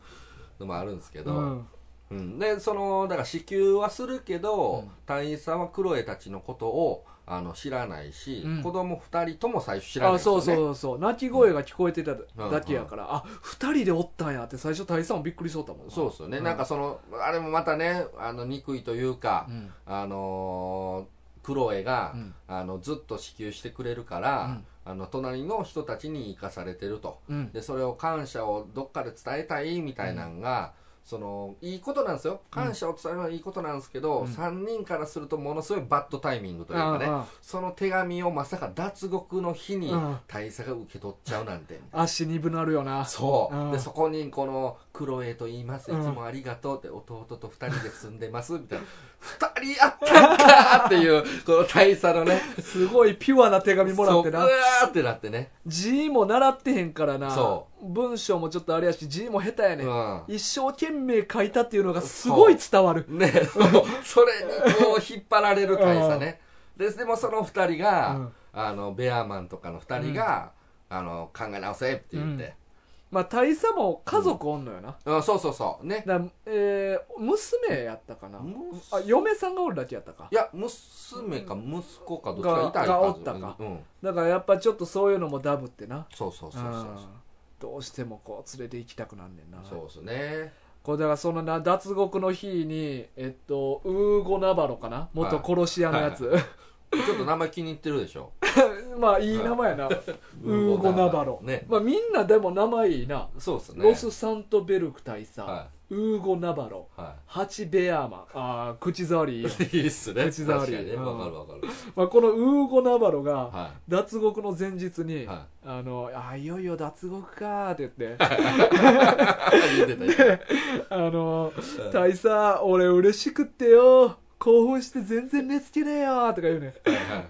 [SPEAKER 2] のもあるんですけど、
[SPEAKER 1] うん
[SPEAKER 2] うん、でそのだから支給はするけど、
[SPEAKER 1] うん
[SPEAKER 2] 隊員さんはクロエたちのことをあの知らないし、
[SPEAKER 1] うん
[SPEAKER 2] 子供二人とも最初知らない
[SPEAKER 1] あ
[SPEAKER 2] ですよ
[SPEAKER 1] そ
[SPEAKER 2] ね
[SPEAKER 1] うそうそう泣き声が聞こえてた
[SPEAKER 2] ん
[SPEAKER 1] だけやから、あ二人でおったんやって最初大佐もびっくりしとったもんな
[SPEAKER 2] そうですよね、
[SPEAKER 1] うん
[SPEAKER 2] なんかそのあれもまたねあの憎いというか
[SPEAKER 1] う、ん
[SPEAKER 2] あのークロエが、
[SPEAKER 1] うん
[SPEAKER 2] あのずっと支給してくれるから、あの隣の人たちに生かされてると
[SPEAKER 1] うん
[SPEAKER 2] でそれを感謝をどっかで伝えたいみたいなんが、そのいいことなんですよ感謝を伝えるのはいいことなんですけ
[SPEAKER 1] う
[SPEAKER 2] ど、
[SPEAKER 1] ん
[SPEAKER 2] 三3人からするとものすごいバッドタイミングという
[SPEAKER 1] あ
[SPEAKER 2] か
[SPEAKER 1] あ
[SPEAKER 2] ね、
[SPEAKER 1] あ
[SPEAKER 2] その手紙をまさか脱獄の日に
[SPEAKER 1] うん
[SPEAKER 2] 大佐が受け取っちゃうなんて。
[SPEAKER 1] あ足鈍なるよな [LAUGHS]
[SPEAKER 2] そう、
[SPEAKER 1] うん
[SPEAKER 2] でそこにこの「クロエと言いますい
[SPEAKER 1] うん
[SPEAKER 2] つもありがとう」って弟と2人で住んでますみたいな「2人あったんか!」っていうこの大佐のね
[SPEAKER 1] すごいピュアな手紙もらってな
[SPEAKER 2] そううわーってなってね
[SPEAKER 1] 字も習ってへんからな
[SPEAKER 2] そ
[SPEAKER 1] 文章もちょっとあれやし字も下手やね、
[SPEAKER 2] う
[SPEAKER 1] 一生懸命書いたっていうのがすごい伝わる
[SPEAKER 2] んねそうそれにこう引っ張られる大佐ねででもその2人が、
[SPEAKER 1] うん
[SPEAKER 2] あのベアマンとかの2人が、あの考え直せって言って、
[SPEAKER 1] まあ大佐も家族おんのよな、
[SPEAKER 2] あそうそうそうね
[SPEAKER 1] だからえー娘やったかな
[SPEAKER 2] むす
[SPEAKER 1] あ嫁さんがおるだけやったか
[SPEAKER 2] いや娘か息子かどっち
[SPEAKER 1] が
[SPEAKER 2] かいたい
[SPEAKER 1] がおったか
[SPEAKER 2] うん
[SPEAKER 1] だからやっぱちょっとそういうのもダブってな
[SPEAKER 2] そうそうそうそう
[SPEAKER 1] うんどうしてもこう連れて行きたくなんねんな
[SPEAKER 2] そうですね
[SPEAKER 1] これだからそのな脱獄の日にえっとウーゴ・ナバロかな元殺し屋のやつ、
[SPEAKER 2] ちょっと名前気に入ってるでしょ
[SPEAKER 1] [LAUGHS] まあいい名前やな、ウーゴ・ナバロ、
[SPEAKER 2] ね
[SPEAKER 1] まあ、みんなでも名前いいな、
[SPEAKER 2] そうですね
[SPEAKER 1] ロス・サントベルク大佐、
[SPEAKER 2] は
[SPEAKER 1] ウーゴ・ナバロ
[SPEAKER 2] いは
[SPEAKER 1] ハチ・ベアーマンあー口触りいいよ
[SPEAKER 2] いいいっすね
[SPEAKER 1] 口触り
[SPEAKER 2] 確かにね
[SPEAKER 1] うん
[SPEAKER 2] わかるわかる
[SPEAKER 1] まあこのウーゴ・ナバロが、
[SPEAKER 2] は
[SPEAKER 1] 脱獄の前日に、
[SPEAKER 2] はい
[SPEAKER 1] あのあいよいよ脱獄かーって言って
[SPEAKER 2] い言ってた言って
[SPEAKER 1] あの
[SPEAKER 2] た
[SPEAKER 1] 大佐俺嬉しくってよ興奮して全然寝つけねえよーとか言うね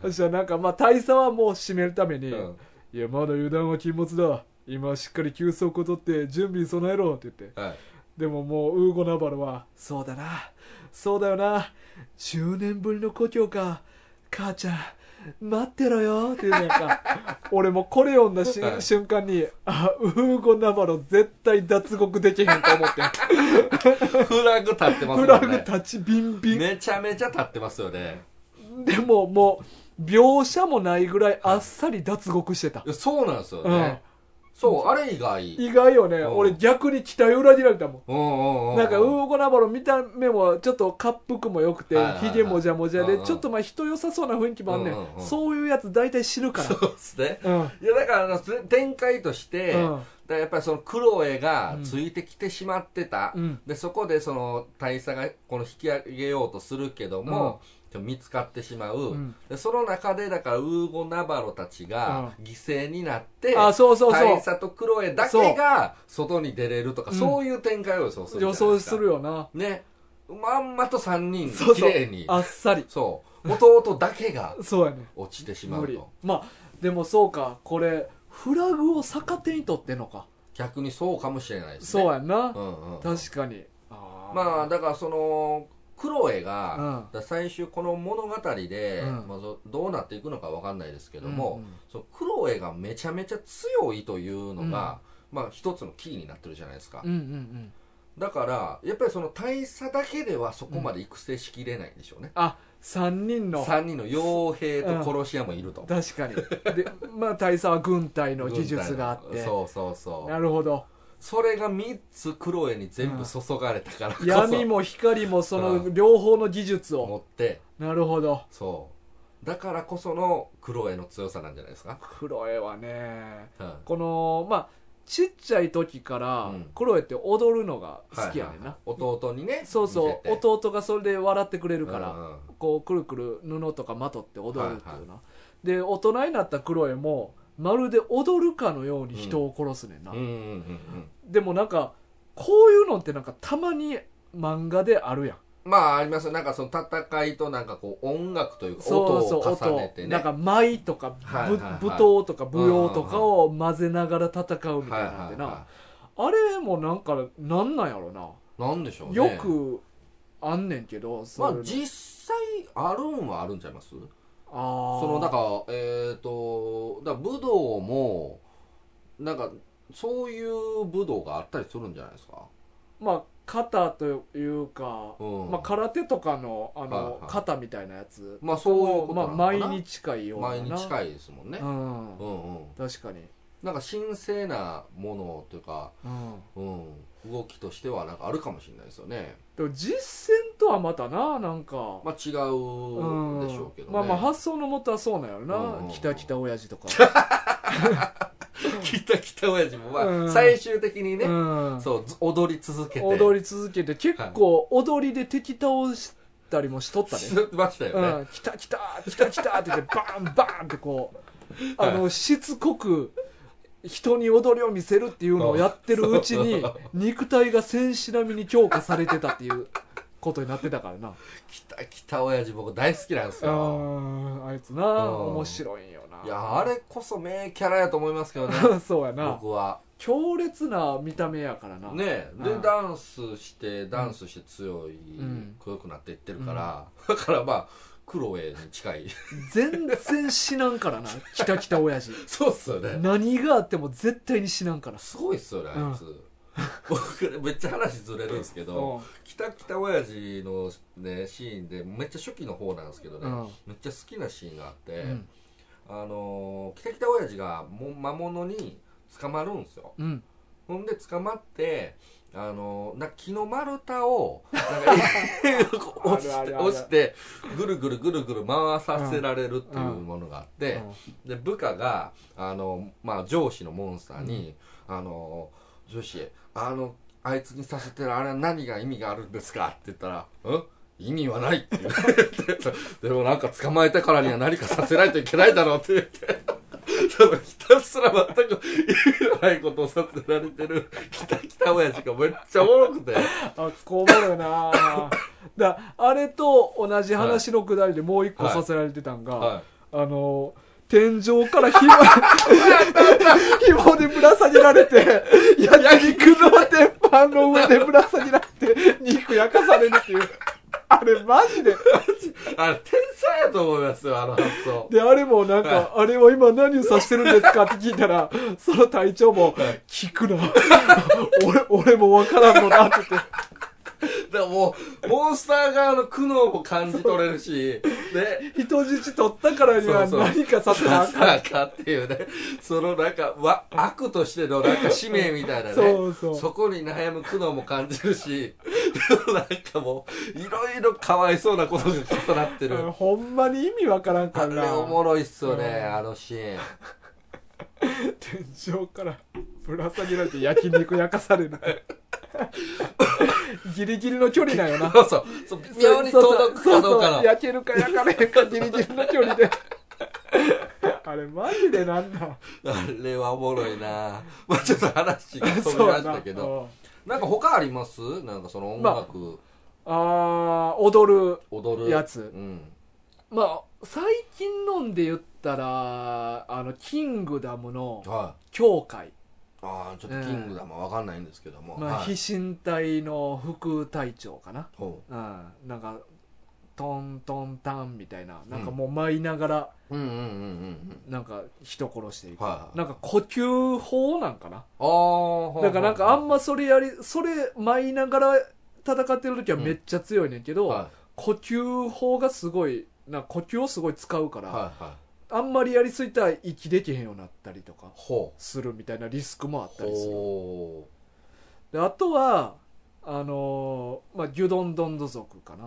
[SPEAKER 1] そしたらなんかまあ大佐はもう締めるために、
[SPEAKER 2] うん
[SPEAKER 1] いやまだ油断は禁物だ今しっかり休息を取って準備に備えろって言って
[SPEAKER 2] はい
[SPEAKER 1] でももうウーゴ・ナバロはそうだなそうだよな10年ぶりの故郷か母ちゃん待ってろよっていうなんか [LAUGHS] 俺もこれ読んだし、
[SPEAKER 2] はい
[SPEAKER 1] 瞬間にあウーゴ・ナバロ絶対脱獄できへんと思
[SPEAKER 2] [LAUGHS]
[SPEAKER 1] って
[SPEAKER 2] フラグ立ってますもんね
[SPEAKER 1] フラグ立ちビンビン、
[SPEAKER 2] めちゃめちゃ立ってますよね
[SPEAKER 1] でももう描写もないぐらいあっさり脱獄してた
[SPEAKER 2] い、やそうなんですよね、そうあれ以外
[SPEAKER 1] 意外よね、
[SPEAKER 2] うん
[SPEAKER 1] 俺逆に期待裏切られたもん
[SPEAKER 2] うんうんうん
[SPEAKER 1] なんかウーゴナバロ見た目もちょっと恰幅も良くて
[SPEAKER 2] はいはいはい
[SPEAKER 1] ひげもじゃもじゃ
[SPEAKER 2] う
[SPEAKER 1] で
[SPEAKER 2] んうん
[SPEAKER 1] ちょっとまあ人良さそうな雰囲気もあんね
[SPEAKER 2] うんうんうん
[SPEAKER 1] んそういうやつ大体知るか
[SPEAKER 2] そうですね
[SPEAKER 1] らうん
[SPEAKER 2] いやだからあのつ展開として、
[SPEAKER 1] う
[SPEAKER 2] だ
[SPEAKER 1] ん
[SPEAKER 2] からやっぱりそのクロエがついてきてしまってた、
[SPEAKER 1] うん
[SPEAKER 2] でそこでその大佐がこの引き上げようとするけども、ちょっと見つかってしまう、
[SPEAKER 1] うん
[SPEAKER 2] でその中でだからウーゴ・ナバロたちが犠牲になって、
[SPEAKER 1] あそうそう
[SPEAKER 2] 大
[SPEAKER 1] そ
[SPEAKER 2] 佐とクロエだけが外に出れるとか
[SPEAKER 1] うん
[SPEAKER 2] そういう展開を予想す
[SPEAKER 1] う
[SPEAKER 2] るじ
[SPEAKER 1] 予
[SPEAKER 2] ゃないですか
[SPEAKER 1] 想するよな
[SPEAKER 2] ねまんまと3人
[SPEAKER 1] そう
[SPEAKER 2] 綺
[SPEAKER 1] そう
[SPEAKER 2] 麗に
[SPEAKER 1] あっさり
[SPEAKER 2] そう弟だけが
[SPEAKER 1] そうやね
[SPEAKER 2] 落ちてしま
[SPEAKER 1] 無
[SPEAKER 2] う
[SPEAKER 1] 理
[SPEAKER 2] と
[SPEAKER 1] まあでもそうかこれフラグを逆手に取ってんのか
[SPEAKER 2] 逆にそうかもしれないですね
[SPEAKER 1] そうやんな
[SPEAKER 2] うんうん、
[SPEAKER 1] 確かにあー
[SPEAKER 2] まあだからそのクロエが、
[SPEAKER 1] うん
[SPEAKER 2] だから最終この物語で、
[SPEAKER 1] うん
[SPEAKER 2] まあ、どどうなっていくのかわかんないですけど
[SPEAKER 1] う
[SPEAKER 2] も
[SPEAKER 1] ん、うん
[SPEAKER 2] そのクロエがめちゃめちゃ強いというのが、まあ一つのキーになってるじゃないですか、
[SPEAKER 1] うんうんうん
[SPEAKER 2] だからやっぱりその大佐だけではそこまで育成しきれないんでしょうね、
[SPEAKER 1] あ三3人の
[SPEAKER 2] 3人の傭兵と殺し屋もいると、
[SPEAKER 1] 確かにでまあ大佐は軍隊の技術があっ
[SPEAKER 2] 軍隊
[SPEAKER 1] て
[SPEAKER 2] のそうそうそう
[SPEAKER 1] なるほど
[SPEAKER 2] それが3つクロエに全部注がれたから
[SPEAKER 1] [LAUGHS]
[SPEAKER 2] こそ
[SPEAKER 1] 闇も光もその両方の技術を
[SPEAKER 2] 持って
[SPEAKER 1] なるほど
[SPEAKER 2] そうだからこそのクロエの強さなんじゃないですか、
[SPEAKER 1] クロエはね
[SPEAKER 2] うん
[SPEAKER 1] このまあちっちゃい時から
[SPEAKER 2] うん
[SPEAKER 1] クロエって踊るのが好きやねん
[SPEAKER 2] はいはいは
[SPEAKER 1] ない
[SPEAKER 2] 弟にね
[SPEAKER 1] そうそ
[SPEAKER 2] 見
[SPEAKER 1] う
[SPEAKER 2] せて
[SPEAKER 1] 弟がそれで笑ってくれるか
[SPEAKER 2] う
[SPEAKER 1] ら
[SPEAKER 2] んうん
[SPEAKER 1] こうくるくる布とかまとって踊るって
[SPEAKER 2] はいいう
[SPEAKER 1] なで大人になったクロエもまるで踊るかのように人を殺すねんな
[SPEAKER 2] うんうんうん
[SPEAKER 1] でもなんかこういうのってなんかたまに漫画であるやん
[SPEAKER 2] うんまあありますよなんかその戦いとなんかこう音楽というか
[SPEAKER 1] そう
[SPEAKER 2] 音
[SPEAKER 1] そう
[SPEAKER 2] を
[SPEAKER 1] 音
[SPEAKER 2] 重ねてね
[SPEAKER 1] なんか舞とか、ぶ
[SPEAKER 2] はいはいはい
[SPEAKER 1] 舞踏とか舞踊とかを混ぜながら戦うみた
[SPEAKER 2] はい
[SPEAKER 1] な
[SPEAKER 2] い
[SPEAKER 1] ん
[SPEAKER 2] は
[SPEAKER 1] で
[SPEAKER 2] い
[SPEAKER 1] な、
[SPEAKER 2] は
[SPEAKER 1] あれもなんかなんなんやろない
[SPEAKER 2] なんでしょうね
[SPEAKER 1] よくあんねんけど
[SPEAKER 2] ま
[SPEAKER 1] そ
[SPEAKER 2] あ
[SPEAKER 1] ういうの
[SPEAKER 2] 実際あるんはあるんちゃいます
[SPEAKER 1] あー
[SPEAKER 2] そのだからえっ、とだから武道もなんかそういう武道があったりするんじゃないですか、
[SPEAKER 1] まあ肩というか、
[SPEAKER 2] うん
[SPEAKER 1] まあ、空手とかのあの、
[SPEAKER 2] はいはい
[SPEAKER 1] 肩みたいなやつ
[SPEAKER 2] まあそういうことな
[SPEAKER 1] まあ
[SPEAKER 2] のかな
[SPEAKER 1] 前に近いような
[SPEAKER 2] 前に
[SPEAKER 1] い、
[SPEAKER 2] 近いですもんね
[SPEAKER 1] う、ん
[SPEAKER 2] うんうん、
[SPEAKER 1] 確かに、
[SPEAKER 2] なんか神聖なものというか、
[SPEAKER 1] うん、
[SPEAKER 2] うん、動きとしてはなんかあるかもしれないですよね、
[SPEAKER 1] でも実践とはまたななんか
[SPEAKER 2] まあ、違うでしょうけどね、
[SPEAKER 1] まあまあ発想のもとはそうなんやろな、
[SPEAKER 2] うんうんうん
[SPEAKER 1] きたきた親父とか、
[SPEAKER 2] きたきた親父も、まあ
[SPEAKER 1] うん
[SPEAKER 2] 最終的 [LAUGHS] にね、
[SPEAKER 1] うん
[SPEAKER 2] そうず踊り続けて
[SPEAKER 1] 踊り続けて結構踊りで敵倒したりもしとったね
[SPEAKER 2] し、ましたよね、
[SPEAKER 1] うん、きたきたきたきたって言ってバーンバーンってこうあのしつこく人に踊りを見せるっていうのをやってるうち
[SPEAKER 2] [LAUGHS]
[SPEAKER 1] に
[SPEAKER 2] そう
[SPEAKER 1] 肉体が戦士並みに強化されてたっていうことになってたから
[SPEAKER 2] [LAUGHS]
[SPEAKER 1] な
[SPEAKER 2] きたきた親父僕大好きなんです
[SPEAKER 1] う
[SPEAKER 2] よ
[SPEAKER 1] んあいつな
[SPEAKER 2] うん
[SPEAKER 1] 面白いんよない
[SPEAKER 2] やあれこそ名キャラやと思いますけどね
[SPEAKER 1] そうや [LAUGHS] な
[SPEAKER 2] 僕は
[SPEAKER 1] 強烈な見た目やからな
[SPEAKER 2] ね
[SPEAKER 1] うん
[SPEAKER 2] でダンスしてダンスして強い、
[SPEAKER 1] ん
[SPEAKER 2] [LAUGHS] 強くなっていってるから、だからまあクロエに近い [LAUGHS]
[SPEAKER 1] 全然死なんからなきたきた親父
[SPEAKER 2] そうっすよね
[SPEAKER 1] 何があっても絶対に死なんから
[SPEAKER 2] すごいっすよねあいつ、 [LAUGHS] 僕めっちゃ話ずれるんですけど
[SPEAKER 1] うん
[SPEAKER 2] 「きたきた親父のねシーンでめっちゃ初期の方なんですけどね、
[SPEAKER 1] うん
[SPEAKER 2] めっちゃ好きなシーンがあって、
[SPEAKER 1] うん
[SPEAKER 2] あのー、キタキタ親父がも魔物に捕まるんですよ
[SPEAKER 1] うん
[SPEAKER 2] ほんで捕まってあのーな木の丸太をなんか押して
[SPEAKER 1] [LAUGHS] あるあるある
[SPEAKER 2] [LAUGHS] 押してぐるぐるぐるぐる回させられるっていうものがあって、で部下があの、まあ、上司のモンスターに「あの上司あのあいつにさせてるあれは何が意味があるんですか?」って言ったら「ん意味はない」って言われて [LAUGHS] 「でもなんか捕まえたからには何かさせないといけないだろ」って言って。ただひたすら全く意味のないことをさせられてるきたきた親父がめっちゃおもろくて
[SPEAKER 1] あこぼる
[SPEAKER 2] [LAUGHS]
[SPEAKER 1] なだあれと同じ話のくだりでもう一個させられてたんが、
[SPEAKER 2] は
[SPEAKER 1] あの天井から紐 [LAUGHS] 紐でぶら下げられて焼き肉の鉄板の上でぶら下げられて肉焼かされるっていうあれマジで
[SPEAKER 2] いあれ天才やと思いますよあの発想
[SPEAKER 1] であれもなんか、あれは今何を指してるんですかって聞いた
[SPEAKER 2] [LAUGHS]
[SPEAKER 1] らその隊長も
[SPEAKER 2] はい
[SPEAKER 1] 「聞くな俺俺もわからんのな」って言って
[SPEAKER 2] だからもうモンスター側の苦悩も感じ取れるしで
[SPEAKER 1] 人質取ったからには
[SPEAKER 2] そうそう
[SPEAKER 1] 何かさせなあ
[SPEAKER 2] さ
[SPEAKER 1] かん
[SPEAKER 2] せなあかんっていうねそのなんかわ悪としてのなんか使命みたいなね
[SPEAKER 1] そうそう
[SPEAKER 2] こに悩む苦悩も感じるしでもなんかもういろいろかわいそうなことが重なって
[SPEAKER 1] うん
[SPEAKER 2] る
[SPEAKER 1] ほんまに意味わからんか
[SPEAKER 2] あ
[SPEAKER 1] ら
[SPEAKER 2] れ
[SPEAKER 1] な
[SPEAKER 2] おもろいっすよね、
[SPEAKER 1] うん
[SPEAKER 2] あのシーン
[SPEAKER 1] 天井からぶら下げられて焼肉焼かされ
[SPEAKER 2] [LAUGHS]
[SPEAKER 1] るギリギリの距離だよな
[SPEAKER 2] そうそうそう微妙に届くかどうか
[SPEAKER 1] そ
[SPEAKER 2] の
[SPEAKER 1] そ焼けるか焼かれへんかギリギリの距離
[SPEAKER 2] [LAUGHS]
[SPEAKER 1] であれマジでなんなん
[SPEAKER 2] あれはおもろいなまあちょっと
[SPEAKER 1] [LAUGHS]
[SPEAKER 2] 話が飛びましたけど
[SPEAKER 1] ど
[SPEAKER 2] なんか他ありますなんかその音楽、
[SPEAKER 1] あー踊
[SPEAKER 2] 踊
[SPEAKER 1] る
[SPEAKER 2] る
[SPEAKER 1] やつ
[SPEAKER 2] うん
[SPEAKER 1] まあ最近のんで言ったらあのキングダムの
[SPEAKER 2] はい
[SPEAKER 1] 教会
[SPEAKER 2] ああちょっとキングダムはわかんないんですけども、
[SPEAKER 1] まあ、
[SPEAKER 2] はい
[SPEAKER 1] 飛信隊の副隊長かな
[SPEAKER 2] ほ
[SPEAKER 1] うんなんかトントンタンみたいななんかもう舞いながら
[SPEAKER 2] ううんうんうんうん
[SPEAKER 1] なんか人殺していく、
[SPEAKER 2] うんはい
[SPEAKER 1] なんか呼吸法なんかな
[SPEAKER 2] あー
[SPEAKER 1] だからなんかあんまそれやりそれ舞いながら戦ってる時はめっちゃ強いねんけど、
[SPEAKER 2] は
[SPEAKER 1] 呼吸法がすごいなんか呼吸をすごい使うか
[SPEAKER 2] い
[SPEAKER 1] ら、
[SPEAKER 2] はいはい
[SPEAKER 1] あんまりやりすぎたら息できへんようになったりとか
[SPEAKER 2] ほう
[SPEAKER 1] するみたいなリスクもあったりする
[SPEAKER 2] ほ
[SPEAKER 1] であとはあのーまあギュドンドンド族か
[SPEAKER 2] [LAUGHS]
[SPEAKER 1] な、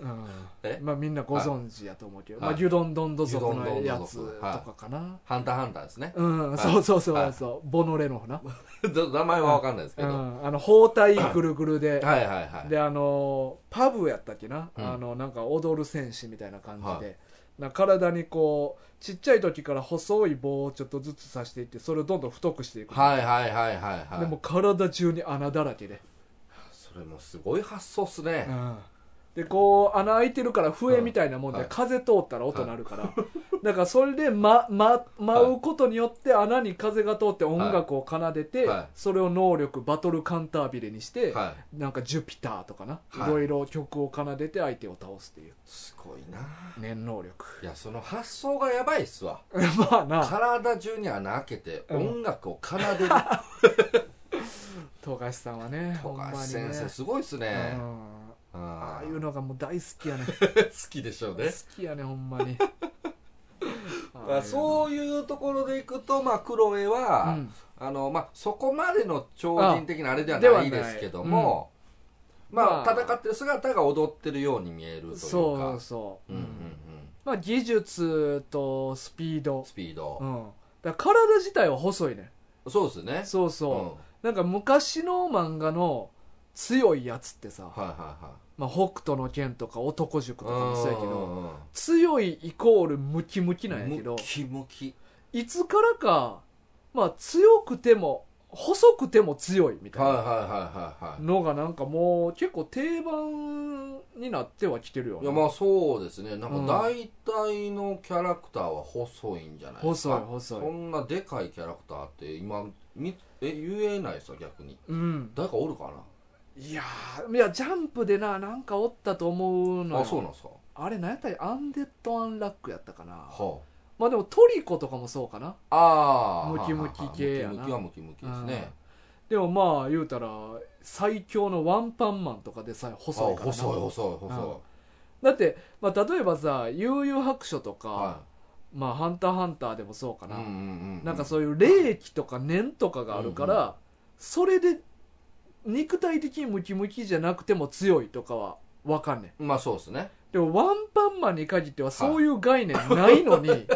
[SPEAKER 1] うん
[SPEAKER 2] え
[SPEAKER 1] まあ、みんなご存知やと思うけど、
[SPEAKER 2] はい
[SPEAKER 1] まあ、ギュドンドンド族
[SPEAKER 2] ギュド
[SPEAKER 1] の
[SPEAKER 2] ンドン
[SPEAKER 1] や
[SPEAKER 2] ド
[SPEAKER 1] つと
[SPEAKER 2] 族はい
[SPEAKER 1] かかな、
[SPEAKER 2] うハンターハンターですね [LAUGHS]
[SPEAKER 1] うん、
[SPEAKER 2] い
[SPEAKER 1] そうそうそうそう、ボノレのな、
[SPEAKER 2] 名前はわかんないですけ
[SPEAKER 1] う
[SPEAKER 2] ど、
[SPEAKER 1] ん、あの包帯ぐるぐるで、
[SPEAKER 2] はいはいはい
[SPEAKER 1] であのーパブやったっけな、
[SPEAKER 2] うん
[SPEAKER 1] あのなんか踊る戦士みたいな感じで、
[SPEAKER 2] はい
[SPEAKER 1] な体にこうちっちゃい時から細い棒をちょっとずつ刺していってそれをどんどん太くしていく、
[SPEAKER 2] はいはいはいはいはい
[SPEAKER 1] でも体中に穴だらけで、
[SPEAKER 2] それもすごい発想っすね、
[SPEAKER 1] うんでこう穴開いてるから笛みたいなもんで、
[SPEAKER 2] はい
[SPEAKER 1] 風通ったら音鳴るから、 [LAUGHS] だからそれで、まま、舞うことによって穴に風が通って音楽を奏でて、
[SPEAKER 2] はい
[SPEAKER 1] それを能力バトルカンタービレにして、
[SPEAKER 2] はい
[SPEAKER 1] なんかジュピターとかな、
[SPEAKER 2] は
[SPEAKER 1] い
[SPEAKER 2] い
[SPEAKER 1] ろいろ曲を奏でて相手を倒すっていう
[SPEAKER 2] すごいな
[SPEAKER 1] 念能力
[SPEAKER 2] いやその発想がやばいっすわ
[SPEAKER 1] まあな
[SPEAKER 2] 体中に穴開けて
[SPEAKER 1] うん
[SPEAKER 2] 音楽を奏でる
[SPEAKER 1] 富樫さんはね
[SPEAKER 2] 富
[SPEAKER 1] ほんまに
[SPEAKER 2] 樫
[SPEAKER 1] ね
[SPEAKER 2] 先生すごいっすね
[SPEAKER 1] う、んあ
[SPEAKER 2] あ
[SPEAKER 1] あ
[SPEAKER 2] ー [LAUGHS]
[SPEAKER 1] いうのがもう大好きやね
[SPEAKER 2] 好きでしょう
[SPEAKER 1] 好
[SPEAKER 2] ね
[SPEAKER 1] きやねほんまに
[SPEAKER 2] [LAUGHS] まあ、そういうところでいくと、まあ、クロエ
[SPEAKER 1] う
[SPEAKER 2] は、
[SPEAKER 1] ん
[SPEAKER 2] あのまあ、そこまでの超人的なあれでは
[SPEAKER 1] あでは
[SPEAKER 2] な
[SPEAKER 1] ない
[SPEAKER 2] いですけども、まあ、
[SPEAKER 1] まあ
[SPEAKER 2] 戦ってる姿が踊ってるように見えるというか
[SPEAKER 1] そうそう、
[SPEAKER 2] うんうん
[SPEAKER 1] まあ技術とスピー
[SPEAKER 2] うん、
[SPEAKER 1] ド、
[SPEAKER 2] スピー
[SPEAKER 1] う
[SPEAKER 2] ド、
[SPEAKER 1] ん、だから体自体は細いね
[SPEAKER 2] そうですね
[SPEAKER 1] そうそう、
[SPEAKER 2] ん
[SPEAKER 1] なんか昔の漫画の強いやつってさ、
[SPEAKER 2] はいはいはい
[SPEAKER 1] まあ、北斗の剣とか男塾とかもそうやけど、
[SPEAKER 2] うんうんうん
[SPEAKER 1] 強いイコールムキムキなんやけど
[SPEAKER 2] ムキムキ
[SPEAKER 1] いつからかまあ強くても細くても強いみたい
[SPEAKER 2] はいは
[SPEAKER 1] な
[SPEAKER 2] いはいはいは
[SPEAKER 1] のがなんかもう結構定番になってはきてるよ
[SPEAKER 2] いい
[SPEAKER 1] ね
[SPEAKER 2] やまあそうですねなんか大体のキャラクターは細いんじゃないです
[SPEAKER 1] 細い
[SPEAKER 2] か
[SPEAKER 1] 細
[SPEAKER 2] そ
[SPEAKER 1] い
[SPEAKER 2] んなでかいキャラクターって今みえ言えないですよ逆に
[SPEAKER 1] うん
[SPEAKER 2] 誰かおるか
[SPEAKER 1] いやーいやジャンプでななんかおったと思う
[SPEAKER 2] な
[SPEAKER 1] の
[SPEAKER 2] あそう
[SPEAKER 1] よ
[SPEAKER 2] なんですか
[SPEAKER 1] あれ何やったらアンデッド・アンラックやったかな
[SPEAKER 2] は
[SPEAKER 1] まあでもトリコとかもそうかな
[SPEAKER 2] ああ
[SPEAKER 1] ムキムキ系やな
[SPEAKER 2] ムキムキはムキムキですね
[SPEAKER 1] でもまあ言うたら最強のワンパンマンとかでさえ細い
[SPEAKER 2] あ
[SPEAKER 1] からな
[SPEAKER 2] 細い細い細
[SPEAKER 1] だって、まあ、例えばさ「悠々白書」とか、
[SPEAKER 2] いは
[SPEAKER 1] まあ「ハンターハンター」でもそうか
[SPEAKER 2] い
[SPEAKER 1] な、
[SPEAKER 2] うんうんうん
[SPEAKER 1] なんかそういう霊気とか念とかがあるから、
[SPEAKER 2] うん
[SPEAKER 1] それで肉体的にムキムキじゃなくても強いとかはわかんねん
[SPEAKER 2] まあそうですね
[SPEAKER 1] でもワンパンマンに限ってはそういう概念ないのに、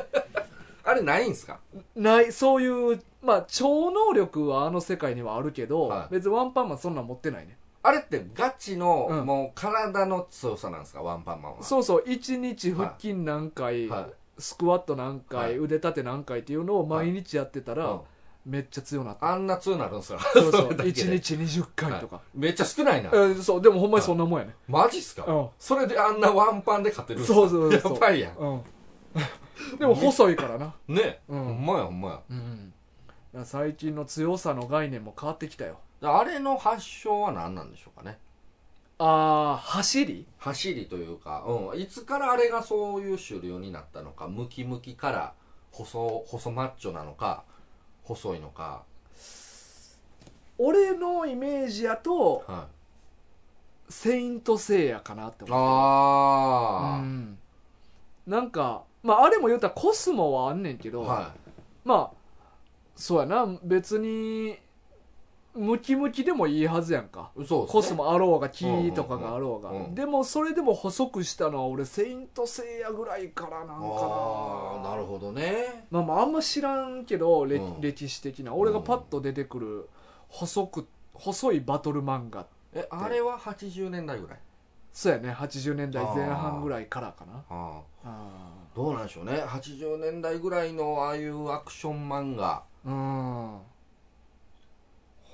[SPEAKER 2] あれないんすか
[SPEAKER 1] ないそういうまあ超能力はあの世界にはあるけど、
[SPEAKER 2] はい
[SPEAKER 1] 別にワンパンマンそんなん持ってないね
[SPEAKER 2] あれってガチの、
[SPEAKER 1] うん
[SPEAKER 2] もう体の強さなんですかワンパンマンは
[SPEAKER 1] そうそう1日腹筋何回、
[SPEAKER 2] はい
[SPEAKER 1] スクワット何回、
[SPEAKER 2] はい
[SPEAKER 1] 腕立て何回っていうのを毎日やってたら、
[SPEAKER 2] うん
[SPEAKER 1] めっちゃ強
[SPEAKER 2] [LAUGHS]
[SPEAKER 1] なった
[SPEAKER 2] あんな強なるんですか
[SPEAKER 1] そう
[SPEAKER 2] [LAUGHS]
[SPEAKER 1] そう
[SPEAKER 2] れだけで
[SPEAKER 1] 1日20回とか、
[SPEAKER 2] はいめっちゃ少ないな
[SPEAKER 1] うんそうでもほんまにそんなもんやね、
[SPEAKER 2] マジっすか
[SPEAKER 1] うん
[SPEAKER 2] それであんなワンパンで勝てるんすか
[SPEAKER 1] そうそうそう
[SPEAKER 2] やばいやん
[SPEAKER 1] うん、 [LAUGHS] でも細いからな、
[SPEAKER 2] ね
[SPEAKER 1] うん
[SPEAKER 2] ほんまやほんまや
[SPEAKER 1] うん、最近の強さの概念も変わってきたよ
[SPEAKER 2] あれの発祥は何なんでしょうかね
[SPEAKER 1] ああ走り
[SPEAKER 2] 走りというか、うん、いつからあれがそういう主流になったのかムキムキから細細マッチョなのか細いのか、
[SPEAKER 1] 俺のイメージやと
[SPEAKER 2] は
[SPEAKER 1] 「
[SPEAKER 2] い、
[SPEAKER 1] セイント・セイヤ」かなって思うう
[SPEAKER 2] あ
[SPEAKER 1] ん、なんか、まあ、あれも言ったらコスモはあんねんけ
[SPEAKER 2] あ、
[SPEAKER 1] ど、
[SPEAKER 2] は
[SPEAKER 1] まあそうやな別にムキムキでもいいはずやんか
[SPEAKER 2] いそうですね
[SPEAKER 1] コスモあろうが木とかがあろうが、
[SPEAKER 2] うんうんうんうん
[SPEAKER 1] でもそれでも細くしたのは俺「セイント・セイヤ」ぐらいからなんかな
[SPEAKER 2] ああなるほどね
[SPEAKER 1] まあまああんま知らんけど、れ
[SPEAKER 2] うん
[SPEAKER 1] 歴史的な俺がパッと出てくる細く細いバトル漫画
[SPEAKER 2] えあれは80年代ぐらい
[SPEAKER 1] そうやね80年代前半ぐらいからかな
[SPEAKER 2] ああ
[SPEAKER 1] あー
[SPEAKER 2] どうなんでしょうね80年代ぐらいのああいうアクション漫画
[SPEAKER 1] うん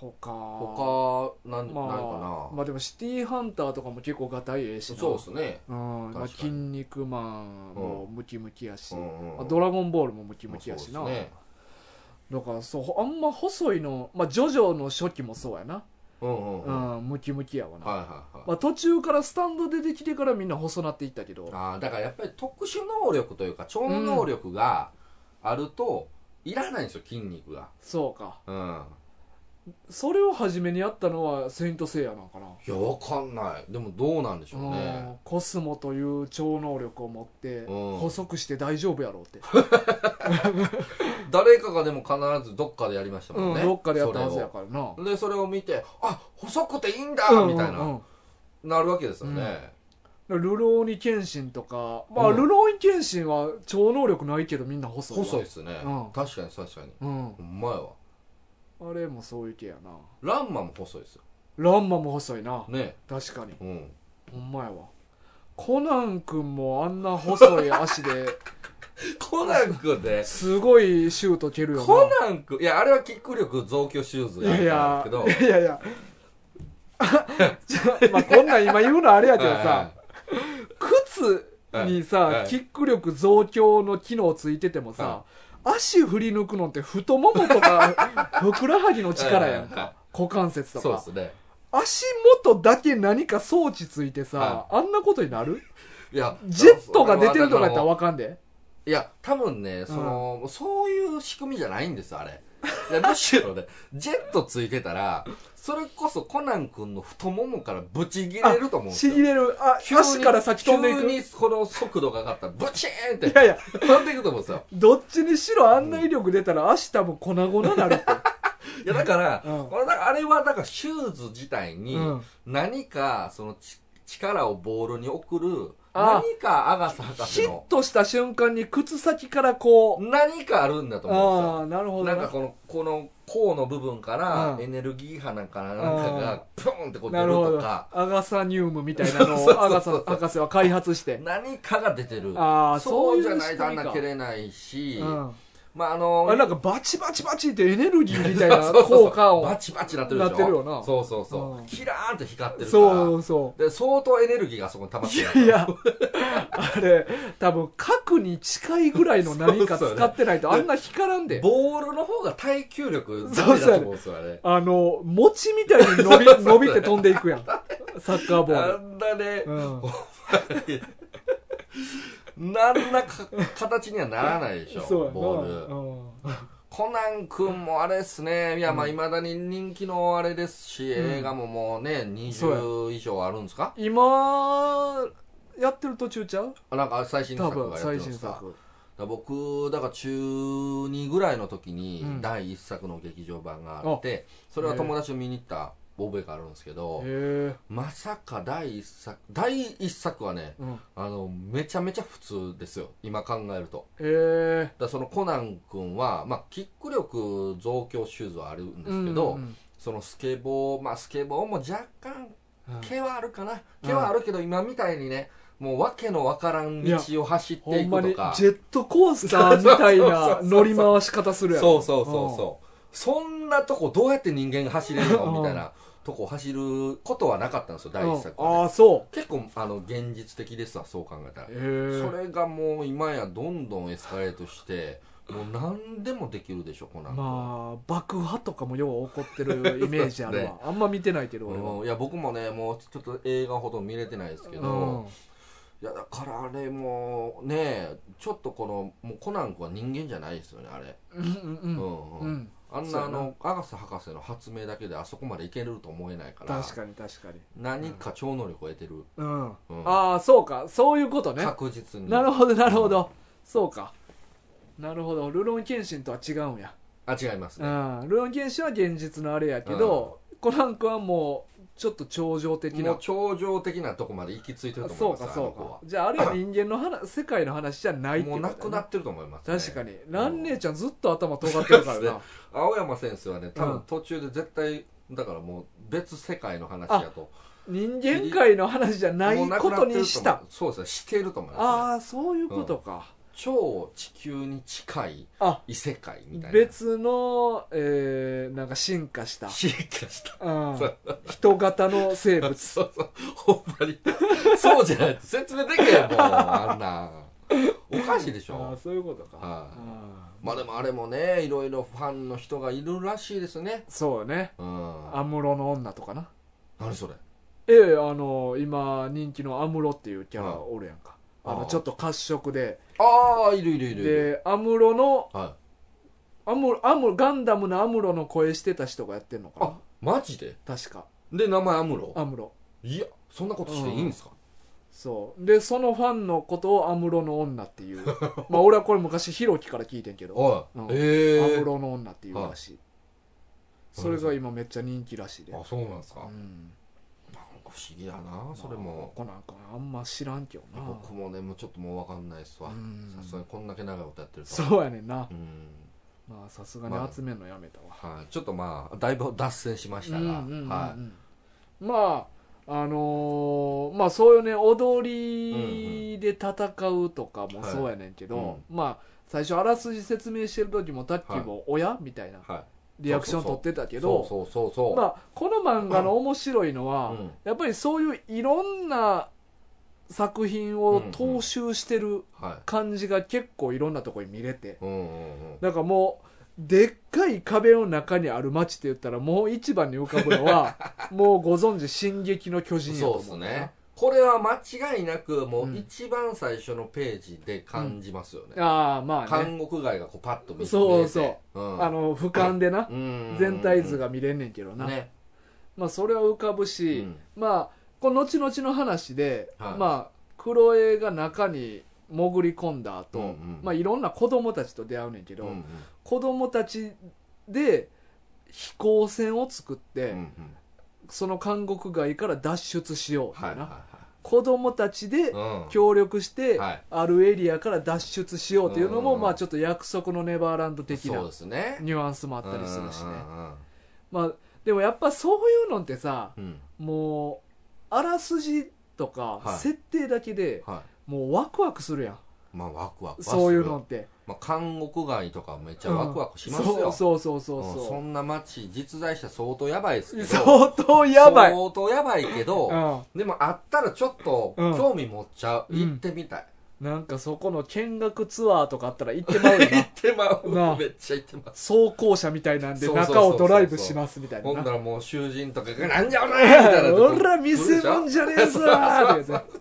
[SPEAKER 1] 他他
[SPEAKER 2] 他なん、
[SPEAKER 1] ま
[SPEAKER 2] ないか
[SPEAKER 1] あ、
[SPEAKER 2] な、
[SPEAKER 1] まあでもシティーハンターとかも結構がたいええしな
[SPEAKER 2] そうですね
[SPEAKER 1] うんまあ、
[SPEAKER 2] 確か
[SPEAKER 1] 筋
[SPEAKER 2] に
[SPEAKER 1] 肉マンもムキムキやし、
[SPEAKER 2] うん
[SPEAKER 1] ま
[SPEAKER 2] う
[SPEAKER 1] あ
[SPEAKER 2] ん
[SPEAKER 1] ドラゴンボールもムキムキやしな、
[SPEAKER 2] そうですね
[SPEAKER 1] だからそうあんま細いの、まあ、ジョジョの初期もそうやな、
[SPEAKER 2] うんうん
[SPEAKER 1] う
[SPEAKER 2] うんはい
[SPEAKER 1] んムキムキやわな、
[SPEAKER 2] はいはい
[SPEAKER 1] まあ、途中からスタンド出てきてからみんな細なっていったけど
[SPEAKER 2] あーだからやっぱり特殊能力というか超能力があるといらないんですよ筋肉が
[SPEAKER 1] そうか
[SPEAKER 2] うん
[SPEAKER 1] それを初めにやったのは「セイント・セイヤ」なんかな、
[SPEAKER 2] いやわかんないでもどうなんでしょう
[SPEAKER 1] う
[SPEAKER 2] ね
[SPEAKER 1] んコスモという超能力を持って
[SPEAKER 2] うん
[SPEAKER 1] 細くして大丈夫やろう
[SPEAKER 2] [LAUGHS]
[SPEAKER 1] って、
[SPEAKER 2] 誰かがでも必ずどっかでやりましたもん
[SPEAKER 1] うん
[SPEAKER 2] ね、
[SPEAKER 1] どっかでやったはずやからな、
[SPEAKER 2] それをでそれを見てあ細くていいんだ
[SPEAKER 1] うんうんうん
[SPEAKER 2] みたいななるわけですよね、
[SPEAKER 1] ルローニケンシンとかまあ、
[SPEAKER 2] うん
[SPEAKER 1] ルローニケンシンは超能力ないけどみんな細いわ
[SPEAKER 2] 細いですね、
[SPEAKER 1] うん
[SPEAKER 2] 確かに確かに
[SPEAKER 1] うん
[SPEAKER 2] ほんまやわ
[SPEAKER 1] あれもそういう系やな
[SPEAKER 2] ランマも細いですよ
[SPEAKER 1] ランマも細いな
[SPEAKER 2] ね
[SPEAKER 1] 確かに [LAUGHS]
[SPEAKER 2] うん
[SPEAKER 1] ほんまやわコナン君もあんな細い足で
[SPEAKER 2] [LAUGHS] コナン君です
[SPEAKER 1] ごいシュート蹴るよな
[SPEAKER 2] コナン君いやあれはキック力増強手術
[SPEAKER 1] い
[SPEAKER 2] があ
[SPEAKER 1] やい
[SPEAKER 2] るからで
[SPEAKER 1] や
[SPEAKER 2] すけど
[SPEAKER 1] いやいや [LAUGHS] あじゃまあこんなん今言うのあれやけど
[SPEAKER 2] はいは
[SPEAKER 1] さ
[SPEAKER 2] い
[SPEAKER 1] 靴に
[SPEAKER 2] は
[SPEAKER 1] さ
[SPEAKER 2] い
[SPEAKER 1] キック力増強の機能ついててもさ足振り抜くのって太ももと
[SPEAKER 2] [LAUGHS]
[SPEAKER 1] かふくらはぎの力やん
[SPEAKER 2] はいはいは
[SPEAKER 1] か
[SPEAKER 2] い
[SPEAKER 1] 股関節と
[SPEAKER 2] そうで
[SPEAKER 1] か
[SPEAKER 2] すね
[SPEAKER 1] 足元だけ何か装置ついてさあんなことになる
[SPEAKER 2] いや
[SPEAKER 1] ジェットが出てるとかやったら
[SPEAKER 2] わ
[SPEAKER 1] わかんで
[SPEAKER 2] いや多分ねその、そういう仕組みじゃないんですあれいやむしろねジェットついてたらそれこそコナン君の太ももからブチ切れると思うんです
[SPEAKER 1] ち
[SPEAKER 2] よ
[SPEAKER 1] ぎれるあ
[SPEAKER 2] 急に
[SPEAKER 1] 足から先飛んでい
[SPEAKER 2] 急
[SPEAKER 1] くい
[SPEAKER 2] にこの速度が上がったらブチーンって
[SPEAKER 1] やいや
[SPEAKER 2] 飛んでいくと思うんですよ
[SPEAKER 1] どっちにしろあんな威力出たら足多分粉々なるって
[SPEAKER 2] いやだから、
[SPEAKER 1] うん
[SPEAKER 2] これだからあれはだからシューズ自体に
[SPEAKER 1] うん
[SPEAKER 2] 何かそのち力をボールに送る
[SPEAKER 1] あ
[SPEAKER 2] 何かアガサ
[SPEAKER 1] [LAUGHS]
[SPEAKER 2] 博
[SPEAKER 1] ヒ
[SPEAKER 2] 士
[SPEAKER 1] ッ
[SPEAKER 2] の
[SPEAKER 1] トした瞬間に靴先からこう、
[SPEAKER 2] 何かあるんだと思
[SPEAKER 1] ああーなる
[SPEAKER 2] う
[SPEAKER 1] ほ
[SPEAKER 2] ん
[SPEAKER 1] ど
[SPEAKER 2] ですよ
[SPEAKER 1] な
[SPEAKER 2] なんかこのこの甲の部分から
[SPEAKER 1] うん
[SPEAKER 2] エネルギー波なんかなんか
[SPEAKER 1] うん
[SPEAKER 2] がプーンってこう出
[SPEAKER 1] な
[SPEAKER 2] る
[SPEAKER 1] るほ
[SPEAKER 2] と
[SPEAKER 1] ど
[SPEAKER 2] か
[SPEAKER 1] アガサニウムみたいなの
[SPEAKER 2] [LAUGHS] そうそう
[SPEAKER 1] を
[SPEAKER 2] そう
[SPEAKER 1] アガサ博士は開発して
[SPEAKER 2] 何かが出てる
[SPEAKER 1] ああ
[SPEAKER 2] そ
[SPEAKER 1] そう
[SPEAKER 2] う
[SPEAKER 1] い
[SPEAKER 2] じゃ
[SPEAKER 1] う
[SPEAKER 2] ない
[SPEAKER 1] 仕
[SPEAKER 2] とあ
[SPEAKER 1] 組
[SPEAKER 2] ん
[SPEAKER 1] み
[SPEAKER 2] な
[SPEAKER 1] か
[SPEAKER 2] 蹴れないし
[SPEAKER 1] うん
[SPEAKER 2] まああ
[SPEAKER 1] あれ
[SPEAKER 2] の
[SPEAKER 1] なんかバチバチバチってエネルギーみたいな
[SPEAKER 2] [LAUGHS] そうそうそ
[SPEAKER 1] 効
[SPEAKER 2] う
[SPEAKER 1] 果を
[SPEAKER 2] バチバチなってるでしょ
[SPEAKER 1] なってるよな
[SPEAKER 2] そうそうそううんキラーンって光ってるか
[SPEAKER 1] そうそ
[SPEAKER 2] らで相当エネルギーがそこに溜まってる
[SPEAKER 1] ういやあれ多分核に近いぐらいの何か使ってないとあんな光らんで
[SPEAKER 2] ボールの方が耐久力ダメだと思うんですよあれ
[SPEAKER 1] あの餅みたいに伸び
[SPEAKER 2] [LAUGHS]
[SPEAKER 1] 伸びて飛んでいくやんサッカーボー
[SPEAKER 2] あ
[SPEAKER 1] ル
[SPEAKER 2] んなね
[SPEAKER 1] うん
[SPEAKER 2] 何らか形にはならないでしょ
[SPEAKER 1] そうやな
[SPEAKER 2] ボール、コナン君もあれっすねいやまあいまだに人気のあれですし、
[SPEAKER 1] うん
[SPEAKER 2] 映画ももうね
[SPEAKER 1] そ
[SPEAKER 2] 20以上あるんですか
[SPEAKER 1] うん今やってる途中ちゃう
[SPEAKER 2] なんか最新
[SPEAKER 1] 多
[SPEAKER 2] 作
[SPEAKER 1] 分
[SPEAKER 2] がやってる
[SPEAKER 1] 最
[SPEAKER 2] ん
[SPEAKER 1] 新
[SPEAKER 2] ですかだか
[SPEAKER 1] 作
[SPEAKER 2] ら僕だから中2ぐらいの時
[SPEAKER 1] う
[SPEAKER 2] に
[SPEAKER 1] ん
[SPEAKER 2] 第1作の劇場版があって、それは友達と見に行った覚えがあるんですけど、
[SPEAKER 1] へ
[SPEAKER 2] まさか第1作第1作はね
[SPEAKER 1] えうん
[SPEAKER 2] あのめちゃめちゃ普通ですよ今考えると
[SPEAKER 1] へ
[SPEAKER 2] だからそのコナン君は、まあ、キック力増強シューズはあるん
[SPEAKER 1] え
[SPEAKER 2] ですけど、
[SPEAKER 1] うん
[SPEAKER 2] そのスケボーまあスケボーも若干
[SPEAKER 1] うん
[SPEAKER 2] 毛はあるかな、毛はあるけど今みたいにねもう訳のわからん道を走って
[SPEAKER 1] ほ
[SPEAKER 2] い
[SPEAKER 1] ん
[SPEAKER 2] く
[SPEAKER 1] まに
[SPEAKER 2] と
[SPEAKER 1] ジ
[SPEAKER 2] か
[SPEAKER 1] ェットコースターみたいな乗り回し方するや
[SPEAKER 2] そ
[SPEAKER 1] ろ
[SPEAKER 2] うそうそうそうそんなとこどうやって人間が走れるのみたいなとこを走ることはなかったんですよ第一作はね、
[SPEAKER 1] ああーそ
[SPEAKER 2] 結構あの現実的ですわそう考えたら
[SPEAKER 1] うへ
[SPEAKER 2] そ
[SPEAKER 1] え
[SPEAKER 2] れがもう今やどんどんエスカレートしてもう何でもできるでしょコナン君、
[SPEAKER 1] まあ爆破とかもよう起こってるイメージある
[SPEAKER 2] [LAUGHS] ね
[SPEAKER 1] わあんま見てないけど俺は
[SPEAKER 2] うんいや僕もねもうちょっと映画ほど見れてないですけど、
[SPEAKER 1] うん
[SPEAKER 2] いやだからあれもうねちょっとこのもうコナン君は人間じゃないですよねあれ、
[SPEAKER 1] うんう
[SPEAKER 2] うんん
[SPEAKER 1] う
[SPEAKER 2] うん
[SPEAKER 1] ん
[SPEAKER 2] あん
[SPEAKER 1] そう
[SPEAKER 2] な
[SPEAKER 1] や
[SPEAKER 2] あ
[SPEAKER 1] な
[SPEAKER 2] のアガサ博士の発明だけであそこまでいけると思えないから
[SPEAKER 1] 確かに確かに
[SPEAKER 2] 何か超能力を得てる、
[SPEAKER 1] うんあ
[SPEAKER 2] うん
[SPEAKER 1] あーそうかそういうことね
[SPEAKER 2] 確実に
[SPEAKER 1] なるほどなるほどそうかなるほどルロン剣心とは違うんや
[SPEAKER 2] あ違いますね
[SPEAKER 1] うんルロン剣心は現実のあれやけどコナン君はもうちょっと超常的
[SPEAKER 2] も
[SPEAKER 1] な
[SPEAKER 2] う頂上的なとこまで行き着いてる
[SPEAKER 1] あ
[SPEAKER 2] と
[SPEAKER 1] そ
[SPEAKER 2] 思
[SPEAKER 1] う
[SPEAKER 2] いま
[SPEAKER 1] か
[SPEAKER 2] す
[SPEAKER 1] そう
[SPEAKER 2] あの子
[SPEAKER 1] か
[SPEAKER 2] は
[SPEAKER 1] じゃああれは人間の話世界の話じゃないって
[SPEAKER 2] も
[SPEAKER 1] こ
[SPEAKER 2] う
[SPEAKER 1] と
[SPEAKER 2] な
[SPEAKER 1] だよ
[SPEAKER 2] くなってると思います、ね、
[SPEAKER 1] 確かに蘭
[SPEAKER 2] 何
[SPEAKER 1] 姉
[SPEAKER 2] 年
[SPEAKER 1] ちゃんずっと頭尖ってるから
[SPEAKER 2] そうで
[SPEAKER 1] な
[SPEAKER 2] 青山先生はね多
[SPEAKER 1] うん
[SPEAKER 2] 分途中で絶対だからもう別世界の話やと
[SPEAKER 1] 人間界の話じゃない
[SPEAKER 2] もうく
[SPEAKER 1] こ
[SPEAKER 2] な
[SPEAKER 1] と
[SPEAKER 2] ってる
[SPEAKER 1] にした
[SPEAKER 2] 思うそうですねしてると思います、ね、
[SPEAKER 1] ああそういうことか、
[SPEAKER 2] 超地球に近い
[SPEAKER 1] あ
[SPEAKER 2] 異世界みたいな
[SPEAKER 1] 別の、えー、なんか進化した、
[SPEAKER 2] 進化した
[SPEAKER 1] うん
[SPEAKER 2] そう、
[SPEAKER 1] 人型の生物
[SPEAKER 2] そうそうほんまにそうじゃないと説明できへんもんあんなおかしいでし
[SPEAKER 1] ああ
[SPEAKER 2] ょ
[SPEAKER 1] [LAUGHS] そういうことか、
[SPEAKER 2] はい
[SPEAKER 1] あー
[SPEAKER 2] まあでもあれもねいろいろファンの人がいるらしいですね
[SPEAKER 1] そうね
[SPEAKER 2] うん
[SPEAKER 1] 安室の女とかな
[SPEAKER 2] 何それ
[SPEAKER 1] ええあの今人気の安室っていうキャ
[SPEAKER 2] う
[SPEAKER 1] ラ
[SPEAKER 2] ん
[SPEAKER 1] おるやんか、あ
[SPEAKER 2] あ
[SPEAKER 1] の
[SPEAKER 2] ー
[SPEAKER 1] ちょっと褐色で
[SPEAKER 2] ああいるいるいるいる
[SPEAKER 1] で安室の
[SPEAKER 2] は
[SPEAKER 1] 安室安室ガンダムの安室の声してた人がやってんの
[SPEAKER 2] い
[SPEAKER 1] か
[SPEAKER 2] あマジで
[SPEAKER 1] な確か
[SPEAKER 2] で名前アムロ
[SPEAKER 1] 安室
[SPEAKER 2] いやそんなことしていいんですか、
[SPEAKER 1] そうでそのファンのことを安室の女って
[SPEAKER 2] [LAUGHS]
[SPEAKER 1] いうまあ俺はこれ昔ヒロキから聞いてんけど
[SPEAKER 2] お
[SPEAKER 1] う
[SPEAKER 2] い、
[SPEAKER 1] ん
[SPEAKER 2] ええ
[SPEAKER 1] 安室の女っていうらしいそれが今めっちゃ人気らしいで
[SPEAKER 2] あそうなんですか、
[SPEAKER 1] う
[SPEAKER 2] なんか
[SPEAKER 1] ん
[SPEAKER 2] 不思議だなそれも
[SPEAKER 1] こなんかあんま知らんけどな
[SPEAKER 2] 僕もねもうちょっともう分かんないっすわ
[SPEAKER 1] うん
[SPEAKER 2] さすがにこんだけ長いことやってると
[SPEAKER 1] そうやねんな
[SPEAKER 2] うん
[SPEAKER 1] まあさすがに集めるのやめたわ
[SPEAKER 2] はい、ちょっとまあだいぶ脱線しましたが、
[SPEAKER 1] うんうんうんうん
[SPEAKER 2] は
[SPEAKER 1] まああのーまあそういうね踊りで戦うとかもそうやねんけど、
[SPEAKER 2] はいうん、
[SPEAKER 1] まあ最初あらすじ説明してる時もタッキーも「親みたいない
[SPEAKER 2] は
[SPEAKER 1] リアクション取ってた
[SPEAKER 2] い、
[SPEAKER 1] けど
[SPEAKER 2] そうそうそうそう、
[SPEAKER 1] まあこの漫画の面白いのは、
[SPEAKER 2] うん
[SPEAKER 1] やっぱりそういういろんな作品を踏襲してる
[SPEAKER 2] はい
[SPEAKER 1] 感じが結構いろんなとこに見れて
[SPEAKER 2] うんうんうん
[SPEAKER 1] なんかもうでっかい壁の中にある街って言ったらもう一番に浮かぶのは [LAUGHS] もうご存知「進撃の巨人」やと
[SPEAKER 2] そ
[SPEAKER 1] 思
[SPEAKER 2] う
[SPEAKER 1] う
[SPEAKER 2] で
[SPEAKER 1] な
[SPEAKER 2] すねこれは間違いなくも
[SPEAKER 1] うん
[SPEAKER 2] う一番最初のページで感じますよね、
[SPEAKER 1] ああまあね
[SPEAKER 2] 監獄街がこうパッと見、
[SPEAKER 1] そうそう
[SPEAKER 2] うん、
[SPEAKER 1] あの俯瞰でな
[SPEAKER 2] うんうんうん
[SPEAKER 1] 全体図が見れんねんけどな、
[SPEAKER 2] ね、
[SPEAKER 1] まあそれは浮かぶ
[SPEAKER 2] う
[SPEAKER 1] し、
[SPEAKER 2] ん
[SPEAKER 1] まあこの後々の話で、
[SPEAKER 2] はい
[SPEAKER 1] まあクロエが中に潜り込んだ後、
[SPEAKER 2] うんうん
[SPEAKER 1] まあいろんな子供たちと出会うねんけど、
[SPEAKER 2] うんうん
[SPEAKER 1] 子供たちで飛行船を作って、
[SPEAKER 2] うんうん
[SPEAKER 1] その監獄街から脱出しようみ
[SPEAKER 2] は
[SPEAKER 1] たい
[SPEAKER 2] い
[SPEAKER 1] な、
[SPEAKER 2] はい
[SPEAKER 1] 子供たちで
[SPEAKER 2] はい、うん
[SPEAKER 1] 協力して、
[SPEAKER 2] はい
[SPEAKER 1] あるエリアから脱出しようというのも、
[SPEAKER 2] うん
[SPEAKER 1] まあちょっと約束のネバーランド的
[SPEAKER 2] そう
[SPEAKER 1] な
[SPEAKER 2] ですね
[SPEAKER 1] ニュアンスもあったりするしね、
[SPEAKER 2] うんうんうん
[SPEAKER 1] まあでもやっぱそういうのってさ
[SPEAKER 2] うん
[SPEAKER 1] もうあらすじとか
[SPEAKER 2] はい
[SPEAKER 1] 設定だけで、
[SPEAKER 2] は
[SPEAKER 1] もうワクワクするやん
[SPEAKER 2] いまあワクワクはする
[SPEAKER 1] そういうのって
[SPEAKER 2] まあ、監獄街とかめっちゃワクワクしますよ、
[SPEAKER 1] うんそうそうそう
[SPEAKER 2] うん
[SPEAKER 1] そう
[SPEAKER 2] そんな街実在したら相当やばいですけど
[SPEAKER 1] 相当やばい、
[SPEAKER 2] 相当やばいけど、
[SPEAKER 1] う
[SPEAKER 2] でもあったらちょっと
[SPEAKER 1] うん
[SPEAKER 2] 興味持っちゃう、
[SPEAKER 1] うん
[SPEAKER 2] 行ってみたい
[SPEAKER 1] ん、なんかそこの見学ツアーとかあったら行ってまうよ
[SPEAKER 2] 行 [LAUGHS]
[SPEAKER 1] な
[SPEAKER 2] ってま
[SPEAKER 1] なあ
[SPEAKER 2] うめっちゃ行ってます
[SPEAKER 1] 装甲車みたいなんで
[SPEAKER 2] そうそうそう
[SPEAKER 1] 中
[SPEAKER 2] そう
[SPEAKER 1] をドライブしますみたいな
[SPEAKER 2] ほん
[SPEAKER 1] な
[SPEAKER 2] だらもう囚人とかが「な
[SPEAKER 1] [LAUGHS]
[SPEAKER 2] んじゃおら!」みたいなとこ
[SPEAKER 1] 俺ら見せもんじゃねえぞーってやつ [LAUGHS]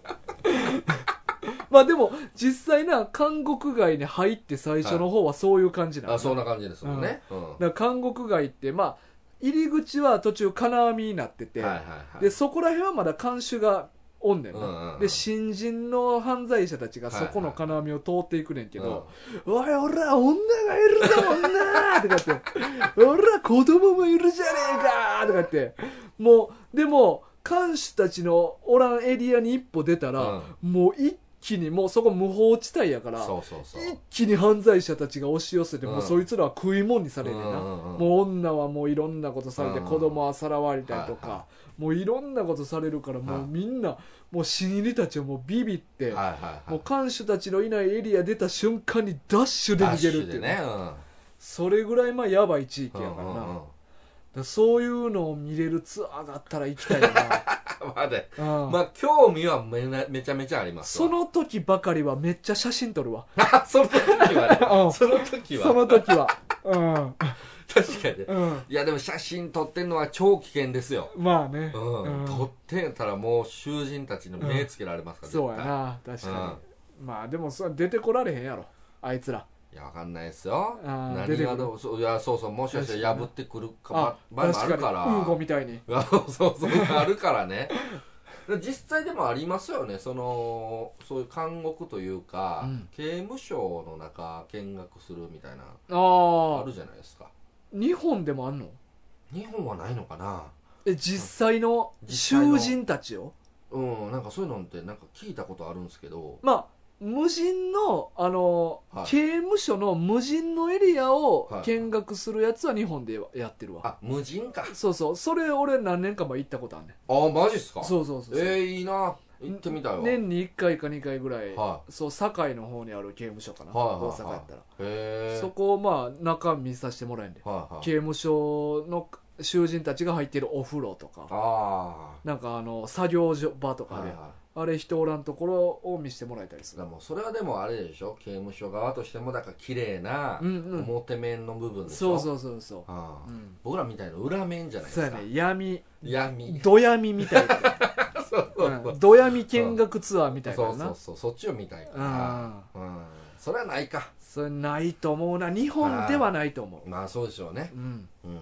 [SPEAKER 1] まあでも、実際な、監獄街に入って最初の方はそういう感じなの、
[SPEAKER 2] あそんな感じですもんね、うんは
[SPEAKER 1] だから監獄街って、まあ、入り口は途中金網になって
[SPEAKER 2] い
[SPEAKER 1] て、
[SPEAKER 2] はいはい
[SPEAKER 1] で、そこら辺はまだ監修がおんねんな。
[SPEAKER 2] うんうんうん
[SPEAKER 1] で、新人の犯罪者たちがそこの金網を通っていくねんけど、おい、おら、女がいるぞ、女とか言って、 [LAUGHS] おら、子供もいるじゃねえかとか言って、もう、でも、看守たちのおらんエリアに一歩出たら、もう一気に、もうそこ無法地帯やか
[SPEAKER 2] うん
[SPEAKER 1] ら、
[SPEAKER 2] そうそうそう
[SPEAKER 1] 一気に犯罪者たちが押し寄せて、もううんそいつらは食い物にされるな、
[SPEAKER 2] うんうんう
[SPEAKER 1] も
[SPEAKER 2] ん
[SPEAKER 1] う女はもういろんなことされて、
[SPEAKER 2] うん
[SPEAKER 1] 子供はさらわれたりとか、
[SPEAKER 2] はいは
[SPEAKER 1] もういろんなことされるから、もうみんな、もう死にりたちはもうビビって、
[SPEAKER 2] はいはいは
[SPEAKER 1] も
[SPEAKER 2] いう
[SPEAKER 1] 看守たちのいないエリア出た瞬間にダッシュで逃げるっていう
[SPEAKER 2] ダッシュでね、
[SPEAKER 1] それぐらいまあやばい地
[SPEAKER 2] う
[SPEAKER 1] 域
[SPEAKER 2] ん
[SPEAKER 1] やからな、
[SPEAKER 2] うんうんうん
[SPEAKER 1] だからそういうのを見れるツアーがあったら行き
[SPEAKER 2] [LAUGHS]
[SPEAKER 1] たいな、
[SPEAKER 2] まあね
[SPEAKER 1] うん
[SPEAKER 2] まあ興味はめなめちゃめちゃあります
[SPEAKER 1] そ
[SPEAKER 2] わ
[SPEAKER 1] の時ばかりはめっちゃ写真撮るわ
[SPEAKER 2] [LAUGHS] その時は
[SPEAKER 1] [LAUGHS] う
[SPEAKER 2] ね
[SPEAKER 1] ん
[SPEAKER 2] その時
[SPEAKER 1] そ
[SPEAKER 2] は
[SPEAKER 1] の時はうん
[SPEAKER 2] 確かに
[SPEAKER 1] うん
[SPEAKER 2] いやでも写真撮ってんのは超危険ですよ
[SPEAKER 1] まあね、
[SPEAKER 2] うん、
[SPEAKER 1] うん
[SPEAKER 2] 撮ってたらもう囚人たちに目つけられますから、
[SPEAKER 1] そうや
[SPEAKER 2] 絶対
[SPEAKER 1] な確かに、まあでもそれ出てこられへんやろあいつら
[SPEAKER 2] いやわかんないですよ
[SPEAKER 1] あー
[SPEAKER 2] 何
[SPEAKER 1] 出てく
[SPEAKER 2] が
[SPEAKER 1] る
[SPEAKER 2] どうそういやそうそうもしかしたら破ってくるか
[SPEAKER 1] あ
[SPEAKER 2] ば場合もあるから
[SPEAKER 1] うんこみたいに
[SPEAKER 2] いや [LAUGHS] そうそうそうあるからね実際でもありますよねそのそういう監獄というか、
[SPEAKER 1] うん
[SPEAKER 2] 刑務所の中見学するみたいなあ
[SPEAKER 1] ああ
[SPEAKER 2] るじゃないですか
[SPEAKER 1] 日本でもあんの
[SPEAKER 2] 日本はないのかな
[SPEAKER 1] え実際の
[SPEAKER 2] 実際
[SPEAKER 1] 囚
[SPEAKER 2] の
[SPEAKER 1] 人たちを
[SPEAKER 2] うんなんかそういうのってなんか聞いたことあるんですけど
[SPEAKER 1] まあ、無人の、あの、
[SPEAKER 2] はい
[SPEAKER 1] 刑務所の無人のエリアを
[SPEAKER 2] はい
[SPEAKER 1] 見学するやつは日本でやってるわ。
[SPEAKER 2] あ無人か
[SPEAKER 1] そうそう。それ俺何年か前行ったことあるねん。
[SPEAKER 2] あマジっすか
[SPEAKER 1] そうそうそうそう。
[SPEAKER 2] えー、いいな行ってみたいわ、
[SPEAKER 1] 年に1回か2回ぐらい、
[SPEAKER 2] は
[SPEAKER 1] そう、堺の方にある刑務所かな。
[SPEAKER 2] はいはいはい
[SPEAKER 1] 大阪やったら。
[SPEAKER 2] へえ
[SPEAKER 1] そこをまあ、中見させてもらえんで。
[SPEAKER 2] はいはい
[SPEAKER 1] 刑務所の囚人たちが入ってるお風呂とか、
[SPEAKER 2] あ
[SPEAKER 1] なんかあの、作業所場と
[SPEAKER 2] あ
[SPEAKER 1] か
[SPEAKER 2] はい
[SPEAKER 1] で、
[SPEAKER 2] は
[SPEAKER 1] あれ人おらんところを見せてもらえたり
[SPEAKER 2] い
[SPEAKER 1] す
[SPEAKER 2] だか
[SPEAKER 1] る。
[SPEAKER 2] らもうそれはでもあれでしょ刑務所側としてもだから綺麗な
[SPEAKER 1] うんうん
[SPEAKER 2] 表面の部分でし
[SPEAKER 1] そ
[SPEAKER 2] ょ
[SPEAKER 1] うそうそうそう。
[SPEAKER 2] ああ
[SPEAKER 1] うん
[SPEAKER 2] 僕らみたいな裏面じゃないで
[SPEAKER 1] そう
[SPEAKER 2] す
[SPEAKER 1] や
[SPEAKER 2] か
[SPEAKER 1] ね闇
[SPEAKER 2] 闇
[SPEAKER 1] ど闇みたいな、
[SPEAKER 2] そうそうそう
[SPEAKER 1] うんど闇見学ツアーみたい
[SPEAKER 2] そ
[SPEAKER 1] な
[SPEAKER 2] うそ
[SPEAKER 1] な
[SPEAKER 2] うそうそっちを見たい
[SPEAKER 1] あ
[SPEAKER 2] からうんそれはないか
[SPEAKER 1] それないと思うな日本ではないと思
[SPEAKER 2] まあそうでしょうね
[SPEAKER 1] う、うん
[SPEAKER 2] うんうんうん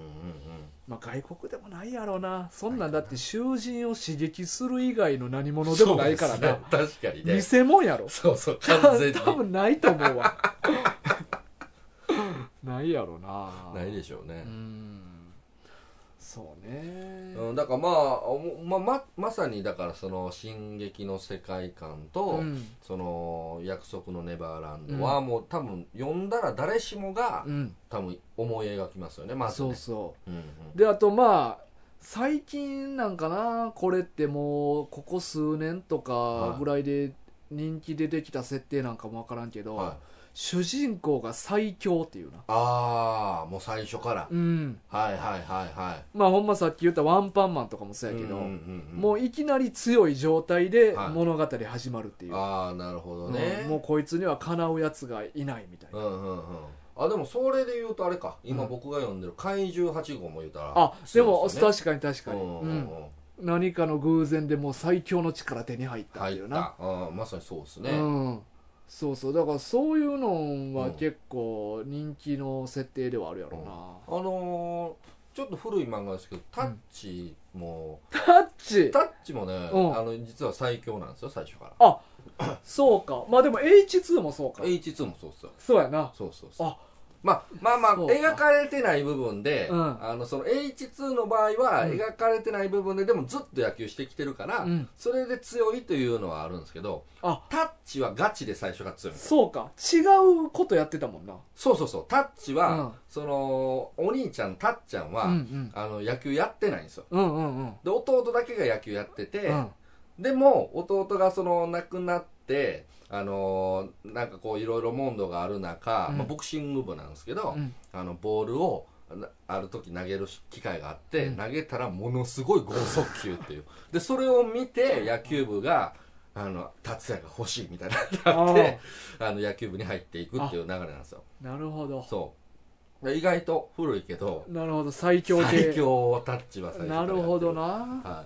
[SPEAKER 1] まあ、外国でもないやろうなそんなんだって囚人を刺激する以外の何者でもないからな、
[SPEAKER 2] そうですね確かにね
[SPEAKER 1] 偽物やろ
[SPEAKER 2] そうそう完全に
[SPEAKER 1] [LAUGHS] 多分ないと思う
[SPEAKER 2] [LAUGHS]
[SPEAKER 1] わないやろな
[SPEAKER 2] ないでしょうね
[SPEAKER 1] うんそうね
[SPEAKER 2] うん、だからまあおまままさにだからその「進撃」の世界観と、
[SPEAKER 1] うん
[SPEAKER 2] その「約束のネバーランド」はもう多分読んだら誰しもが
[SPEAKER 1] うん
[SPEAKER 2] 多分思い描きますよねまず
[SPEAKER 1] そう
[SPEAKER 2] ね
[SPEAKER 1] そう
[SPEAKER 2] うんうん
[SPEAKER 1] であとまあ最近なんかなこれってもうここ数年とかぐらいで人気出てきた設定なんかもわからんけど、
[SPEAKER 2] はい、
[SPEAKER 1] 主人公が最強っていうな
[SPEAKER 2] ああもう最初から、
[SPEAKER 1] うん
[SPEAKER 2] はいはいはいはい
[SPEAKER 1] まあほんまさっき言ったワンパンマンとかもそうやけど、
[SPEAKER 2] うんうんうん
[SPEAKER 1] もういきなり強い状態で
[SPEAKER 2] はい
[SPEAKER 1] 物語始まるっていう、
[SPEAKER 2] ああなるほど
[SPEAKER 1] う
[SPEAKER 2] ね
[SPEAKER 1] んもうこいつにはかなうやつがいないみたいな、
[SPEAKER 2] うんうんうんあでもそれで言うとあれか今
[SPEAKER 1] うん
[SPEAKER 2] 僕が読んでる「怪獣8号」も言うたら
[SPEAKER 1] あでも
[SPEAKER 2] そうす
[SPEAKER 1] 確かに確か
[SPEAKER 2] よね
[SPEAKER 1] に、
[SPEAKER 2] うん
[SPEAKER 1] う
[SPEAKER 2] うん
[SPEAKER 1] ん
[SPEAKER 2] うん
[SPEAKER 1] 何かの偶然でもう最強の力手に入ったって
[SPEAKER 2] 入
[SPEAKER 1] いう
[SPEAKER 2] っ
[SPEAKER 1] な
[SPEAKER 2] たうんまさにそうですね、
[SPEAKER 1] うん、そうそうだからそういうの
[SPEAKER 2] う
[SPEAKER 1] は
[SPEAKER 2] ん
[SPEAKER 1] 結構人気の設定ではあるやろ
[SPEAKER 2] あ
[SPEAKER 1] な、
[SPEAKER 2] のー、ちょっと古い漫画ですけど「タッチも」
[SPEAKER 1] タッチ
[SPEAKER 2] タッチ」もね、
[SPEAKER 1] うん
[SPEAKER 2] あの実は最強なんですよ最初から
[SPEAKER 1] [COUGHS] そうかまあでも H2 もそうか
[SPEAKER 2] H2 もそうっすよ
[SPEAKER 1] そうやな
[SPEAKER 2] そうそうそう
[SPEAKER 1] あ
[SPEAKER 2] まあまあまあ
[SPEAKER 1] そうか
[SPEAKER 2] 描かれてない部分で、
[SPEAKER 1] うん
[SPEAKER 2] あのその H2 の場合は
[SPEAKER 1] うん
[SPEAKER 2] 描かれてない部分で、でもずっと野球してきてるから、
[SPEAKER 1] うん
[SPEAKER 2] それで強いというのはあるんですけど
[SPEAKER 1] あ
[SPEAKER 2] タッチはガチで最初が強いんです
[SPEAKER 1] そうか違うことやってたもんな
[SPEAKER 2] そうそうそうタッチは、
[SPEAKER 1] うん
[SPEAKER 2] そのお兄ちゃんタッちゃんは、
[SPEAKER 1] うんうん
[SPEAKER 2] あの野球やってないんですよ
[SPEAKER 1] うんうんうん
[SPEAKER 2] で弟だけが野球やってて、
[SPEAKER 1] うん
[SPEAKER 2] でも弟がその亡くなってあのーなんかこういろいろ問答がある中、
[SPEAKER 1] うん
[SPEAKER 2] まあ、ボクシング部なんですけど、
[SPEAKER 1] うん
[SPEAKER 2] あのボールをなある時投げる機会があって、
[SPEAKER 1] うん
[SPEAKER 2] 投げたらものすごい剛速球っていうでそれを見て野球部があの達也が欲しいみたいになってあの野球部に入っていくっていう流れなんですよ
[SPEAKER 1] なるほど
[SPEAKER 2] そうで意外と古いけど
[SPEAKER 1] なるほど最強系
[SPEAKER 2] 最強をタッチは最初か
[SPEAKER 1] な
[SPEAKER 2] らやって
[SPEAKER 1] るほどな、
[SPEAKER 2] は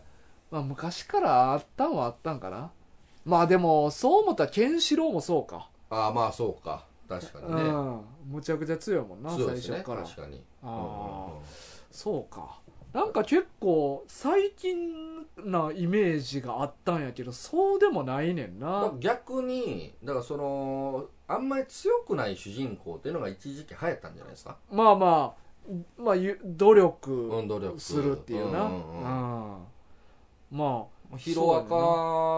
[SPEAKER 1] まあ、昔からあったんはあったんかなまあでもそう思ったらケンシロウもそうか、
[SPEAKER 2] ああまあそうか確かに
[SPEAKER 1] う
[SPEAKER 2] ね
[SPEAKER 1] んむちゃくちゃ強いもんな、
[SPEAKER 2] 強い
[SPEAKER 1] 最
[SPEAKER 2] です
[SPEAKER 1] 初
[SPEAKER 2] ね
[SPEAKER 1] から
[SPEAKER 2] 確かに
[SPEAKER 1] あ
[SPEAKER 2] うん
[SPEAKER 1] あ、
[SPEAKER 2] うんうん
[SPEAKER 1] そうかなんか結構最近なイメージがあったんやけどそうでもないねん
[SPEAKER 2] まあ
[SPEAKER 1] な、
[SPEAKER 2] 逆にだからそのあんまり強くない主人公っていうのが一時期流行ったんじゃないですか
[SPEAKER 1] まあまあまあゆ努力
[SPEAKER 2] 運動力
[SPEAKER 1] するっていうな、うん
[SPEAKER 2] んんうん
[SPEAKER 1] まあ
[SPEAKER 2] ヒロアカ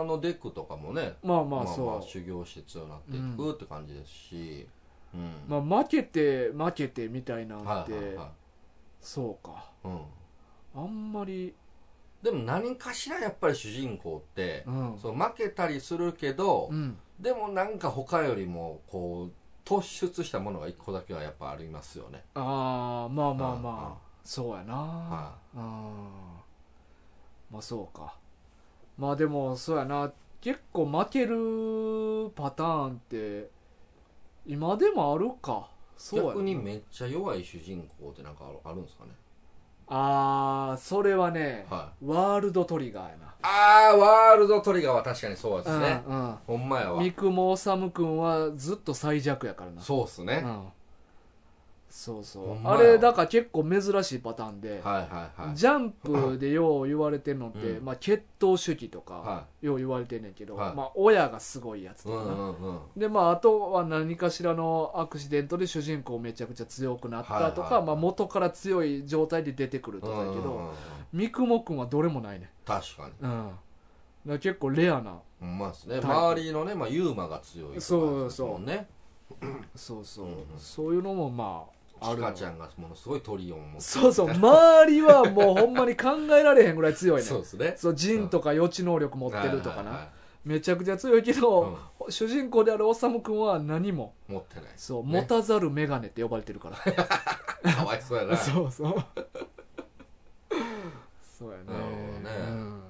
[SPEAKER 2] のデックとかもね
[SPEAKER 1] まあまあそう、
[SPEAKER 2] 修行して強くなっていくって感じですしうん
[SPEAKER 1] まあ、負けて負けてみたいなん
[SPEAKER 2] は
[SPEAKER 1] て、
[SPEAKER 2] いはいは
[SPEAKER 1] そうか
[SPEAKER 2] いうん
[SPEAKER 1] あんまり、
[SPEAKER 2] でも何かしらやっぱり主人公って
[SPEAKER 1] うん
[SPEAKER 2] そう負けたりするけど
[SPEAKER 1] うん
[SPEAKER 2] でもなんか他よりもこう突出したものが一個だけはやっぱありますよね
[SPEAKER 1] ああまあまあ
[SPEAKER 2] うんうん
[SPEAKER 1] まあそうやな、
[SPEAKER 2] は
[SPEAKER 1] うんまあそうかまあでもそうやな結構負けるパターンって今でもあるかそうやな
[SPEAKER 2] 逆にめっちゃ弱い主人公ってなんかあるんですかね
[SPEAKER 1] ああそれはね、
[SPEAKER 2] はい
[SPEAKER 1] ワールドトリガーやな
[SPEAKER 2] あー、ワールドトリガーは確かにそうですね。
[SPEAKER 1] うんうん
[SPEAKER 2] ほんまやわ
[SPEAKER 1] 三。雲修君はずっと最弱やからな
[SPEAKER 2] そうっすね。
[SPEAKER 1] う
[SPEAKER 2] は
[SPEAKER 1] ん、そうそ
[SPEAKER 2] ほ
[SPEAKER 1] うん
[SPEAKER 2] ま
[SPEAKER 1] あ
[SPEAKER 2] や
[SPEAKER 1] れだから結構珍しいパターンで、
[SPEAKER 2] いはいはい。
[SPEAKER 1] ジャンプでよう言われてんのって、
[SPEAKER 2] うん
[SPEAKER 1] まあ、血統主義とか、
[SPEAKER 2] は
[SPEAKER 1] よう言われてんねんけど、
[SPEAKER 2] はい
[SPEAKER 1] まあ、親がすごいやつ
[SPEAKER 2] い。う
[SPEAKER 1] とか
[SPEAKER 2] ん
[SPEAKER 1] な、
[SPEAKER 2] うんうん。
[SPEAKER 1] でまあ、あとは何かしらのアクシデントで主人公めちゃくちゃ強くなったとか、
[SPEAKER 2] はいはいはい
[SPEAKER 1] まあ、元から強い状態で出てくるとかやけ
[SPEAKER 2] うんうん
[SPEAKER 1] ど
[SPEAKER 2] うん
[SPEAKER 1] 三雲君はどれもないね、
[SPEAKER 2] 確かに。
[SPEAKER 1] うん、だから結構レアな
[SPEAKER 2] ほんまっす
[SPEAKER 1] タ
[SPEAKER 2] ね。
[SPEAKER 1] イプ
[SPEAKER 2] 周りのね、まあ、ユーマが強いとか。
[SPEAKER 1] そうそう
[SPEAKER 2] もね。
[SPEAKER 1] そうそう、
[SPEAKER 2] うんうん
[SPEAKER 1] そういうのもまああ
[SPEAKER 2] チ
[SPEAKER 1] るの
[SPEAKER 2] カちゃんがものすごいトリオンを持って
[SPEAKER 1] そうそう周りはもうほんまに考えられへんぐらい強いね
[SPEAKER 2] そうっすね。
[SPEAKER 1] そう人とか予知能力持ってるとかな、
[SPEAKER 2] はいはいは
[SPEAKER 1] めちゃくちゃ強いけど、主人公である修君は何も
[SPEAKER 2] い。持ってない。
[SPEAKER 1] そう、
[SPEAKER 2] ね
[SPEAKER 1] 持たざる眼鏡って呼ばれてるから
[SPEAKER 2] かわい [LAUGHS] そうや
[SPEAKER 1] [LAUGHS]
[SPEAKER 2] な。
[SPEAKER 1] そうそうそうやね
[SPEAKER 2] なるほどね
[SPEAKER 1] うん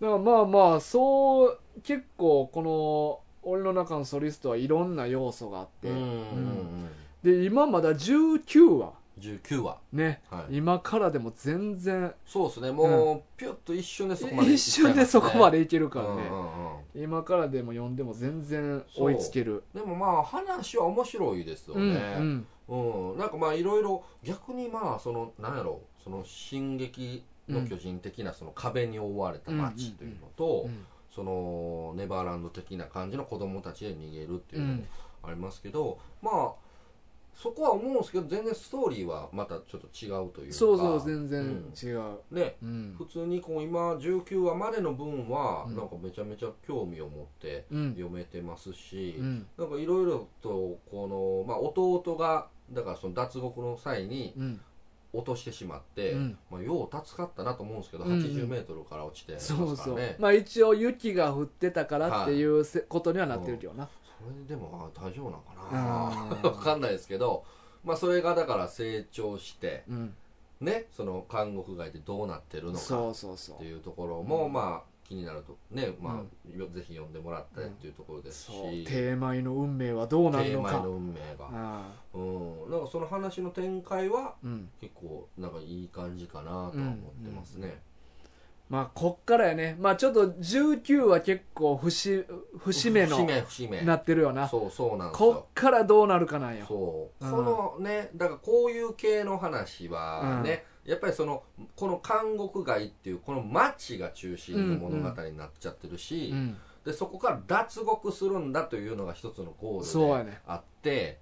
[SPEAKER 1] だからまあまあそう結構この俺の中のソリストはいろんな要素があって、
[SPEAKER 2] うんうんうん。
[SPEAKER 1] で今まだ19話
[SPEAKER 2] 19話。
[SPEAKER 1] ね、
[SPEAKER 2] はい
[SPEAKER 1] 今からでも全然
[SPEAKER 2] そうっすね。もう、ぴゅっと一瞬でそこまで
[SPEAKER 1] 一瞬でそこま
[SPEAKER 2] で
[SPEAKER 1] でいけるからね、
[SPEAKER 2] ね。
[SPEAKER 1] 今からでも読んでも全然追いつける
[SPEAKER 2] でもまあ、話は面白いですよ
[SPEAKER 1] うん
[SPEAKER 2] ね。
[SPEAKER 1] うん
[SPEAKER 2] うん、なんかまあいろいろ逆にまあそのなんやろうその「進撃の巨人」的なその壁に覆われた街というのと、
[SPEAKER 1] うん
[SPEAKER 2] そのネバーランド的な感じの子供たちで逃げるっていううのも
[SPEAKER 1] ん
[SPEAKER 2] ありますけど、まあそこは思うんですけど全然ストーリーはまたちょっと違うというか
[SPEAKER 1] そうそう全然違う
[SPEAKER 2] ね
[SPEAKER 1] うん
[SPEAKER 2] 普通にこう今19話までの分は
[SPEAKER 1] うん
[SPEAKER 2] なんかめちゃめちゃ興味を持って
[SPEAKER 1] うん
[SPEAKER 2] 読めてますし、
[SPEAKER 1] うん
[SPEAKER 2] なんかいろいろとこの、まあ、弟がだからその脱獄の際に
[SPEAKER 1] うん
[SPEAKER 2] 落としてしまって、
[SPEAKER 1] うん
[SPEAKER 2] まあ、よう助かったなと思うんですけど、
[SPEAKER 1] うんうん
[SPEAKER 2] 80メートルから落ちてますから
[SPEAKER 1] そ
[SPEAKER 2] ね
[SPEAKER 1] う
[SPEAKER 2] そ
[SPEAKER 1] そう
[SPEAKER 2] れ
[SPEAKER 1] まあ一応雪が降ってたからっていうせことにはなってるけどな
[SPEAKER 2] でもあ大丈夫なの
[SPEAKER 1] あ
[SPEAKER 2] か
[SPEAKER 1] ー
[SPEAKER 2] な [LAUGHS] わかんないですけど、まあ、それがだから成長して
[SPEAKER 1] うん
[SPEAKER 2] ねその監獄街でどうなってるのか
[SPEAKER 1] そうそうそ
[SPEAKER 2] っ
[SPEAKER 1] う
[SPEAKER 2] ていうところも、
[SPEAKER 1] うん
[SPEAKER 2] まあ気になるとね、まあよぜひ読んでもらったりっていうところですし、
[SPEAKER 1] そうテーマイの運命はどう
[SPEAKER 2] テ
[SPEAKER 1] なる
[SPEAKER 2] ー
[SPEAKER 1] の
[SPEAKER 2] マへの
[SPEAKER 1] か
[SPEAKER 2] 運命が、
[SPEAKER 1] あ
[SPEAKER 2] うん、なんかその話の展開は
[SPEAKER 1] ーうん
[SPEAKER 2] 結構なんかいい感じかなとは思ってますね、
[SPEAKER 1] まあこっからやねまあちょっと19は結構節節目
[SPEAKER 2] 節
[SPEAKER 1] の
[SPEAKER 2] 目節目
[SPEAKER 1] なってるよな
[SPEAKER 2] そうそうなんです
[SPEAKER 1] こっ
[SPEAKER 2] よ
[SPEAKER 1] からどうなるかなんよ
[SPEAKER 2] そう、
[SPEAKER 1] うん
[SPEAKER 2] このねだからこういう系の話はね、やっぱりそのこの監獄街っていうこの街が中心の物語になっちゃってるし、
[SPEAKER 1] うん
[SPEAKER 2] でそこから脱獄するんだというのが一つのゴ
[SPEAKER 1] そう
[SPEAKER 2] ー
[SPEAKER 1] や
[SPEAKER 2] ルで
[SPEAKER 1] ね
[SPEAKER 2] あって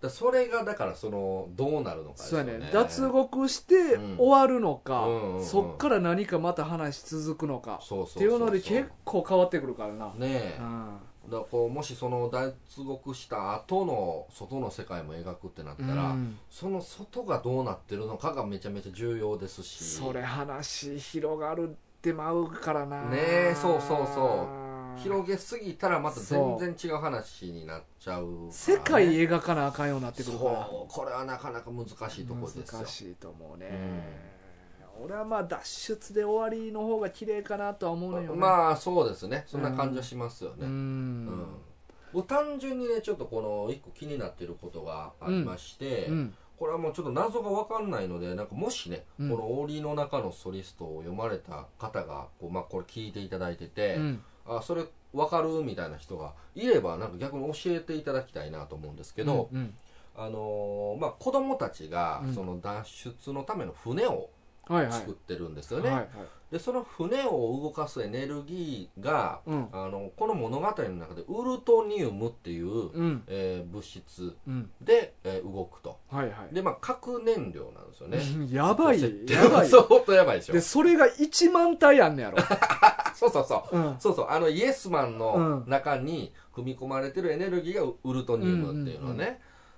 [SPEAKER 2] だそれがだからそのどうなるのかです
[SPEAKER 1] そう
[SPEAKER 2] よ
[SPEAKER 1] や
[SPEAKER 2] ね
[SPEAKER 1] ね脱獄して
[SPEAKER 2] うん
[SPEAKER 1] 終わるのか、
[SPEAKER 2] うんうんうん
[SPEAKER 1] そっから何かまた話し続くのか
[SPEAKER 2] そう
[SPEAKER 1] っ
[SPEAKER 2] そう
[SPEAKER 1] てい
[SPEAKER 2] そう
[SPEAKER 1] う
[SPEAKER 2] そう
[SPEAKER 1] ので結構変わってくるからな、
[SPEAKER 2] ねえ、
[SPEAKER 1] うん
[SPEAKER 2] だからこうもしその脱獄した後の外の世界も描くってなったら、
[SPEAKER 1] うん
[SPEAKER 2] その外がどうなってるのかがめちゃめちゃ重要ですし
[SPEAKER 1] それ話広がるってまうからな
[SPEAKER 2] ねえそうそうそ
[SPEAKER 1] 広
[SPEAKER 2] 広げすぎたらまた全然違う話になっちゃうからね、
[SPEAKER 1] 世界描かなあかんようになってくるから
[SPEAKER 2] そうこれはなかなか難しいところですよ
[SPEAKER 1] 難しいと思うね、俺はまあ脱出で終わりの方が綺麗かなとは思うのよね
[SPEAKER 2] まあそうですねそんな感じはしますよね、
[SPEAKER 1] う
[SPEAKER 2] う
[SPEAKER 1] ん
[SPEAKER 2] んもう単純にねちょっとこの一個気になってることがありまして、
[SPEAKER 1] うん
[SPEAKER 2] これはもうちょっと謎が分かんないのでなんかもしね、
[SPEAKER 1] うん
[SPEAKER 2] この「檻の中のソリスト」を読まれた方がこう、まあ、これ聞いていただいてて、
[SPEAKER 1] うん
[SPEAKER 2] あそれ分かるみたいな人がいればなんか逆に教えていただきたいなと思うんですけど、
[SPEAKER 1] うん
[SPEAKER 2] あのーまあ、子供たちが
[SPEAKER 1] うん
[SPEAKER 2] その脱出のための船を
[SPEAKER 1] うんはいはい
[SPEAKER 2] 作ってるんですよ
[SPEAKER 1] はい
[SPEAKER 2] ね、
[SPEAKER 1] はい
[SPEAKER 2] でその船を動かすエネルギーが
[SPEAKER 1] うん
[SPEAKER 2] あのこの物語の中でウルトニウムっていう、
[SPEAKER 1] うん
[SPEAKER 2] えー物質
[SPEAKER 1] うん
[SPEAKER 2] で、えー動くと
[SPEAKER 1] はいはい
[SPEAKER 2] でまあ核燃料なんですよね
[SPEAKER 1] うん [LAUGHS] やばい
[SPEAKER 2] [LAUGHS] 設定
[SPEAKER 1] やばい
[SPEAKER 2] 相当やばいでしょ
[SPEAKER 1] でそれが1万体あんね
[SPEAKER 2] [LAUGHS]
[SPEAKER 1] やろ
[SPEAKER 2] あそうそうそう
[SPEAKER 1] うん
[SPEAKER 2] そうそうあのイエスマンの
[SPEAKER 1] う
[SPEAKER 2] 中に組み込まれてるエネルギーがウルトニウムっていうのね、
[SPEAKER 1] うんうん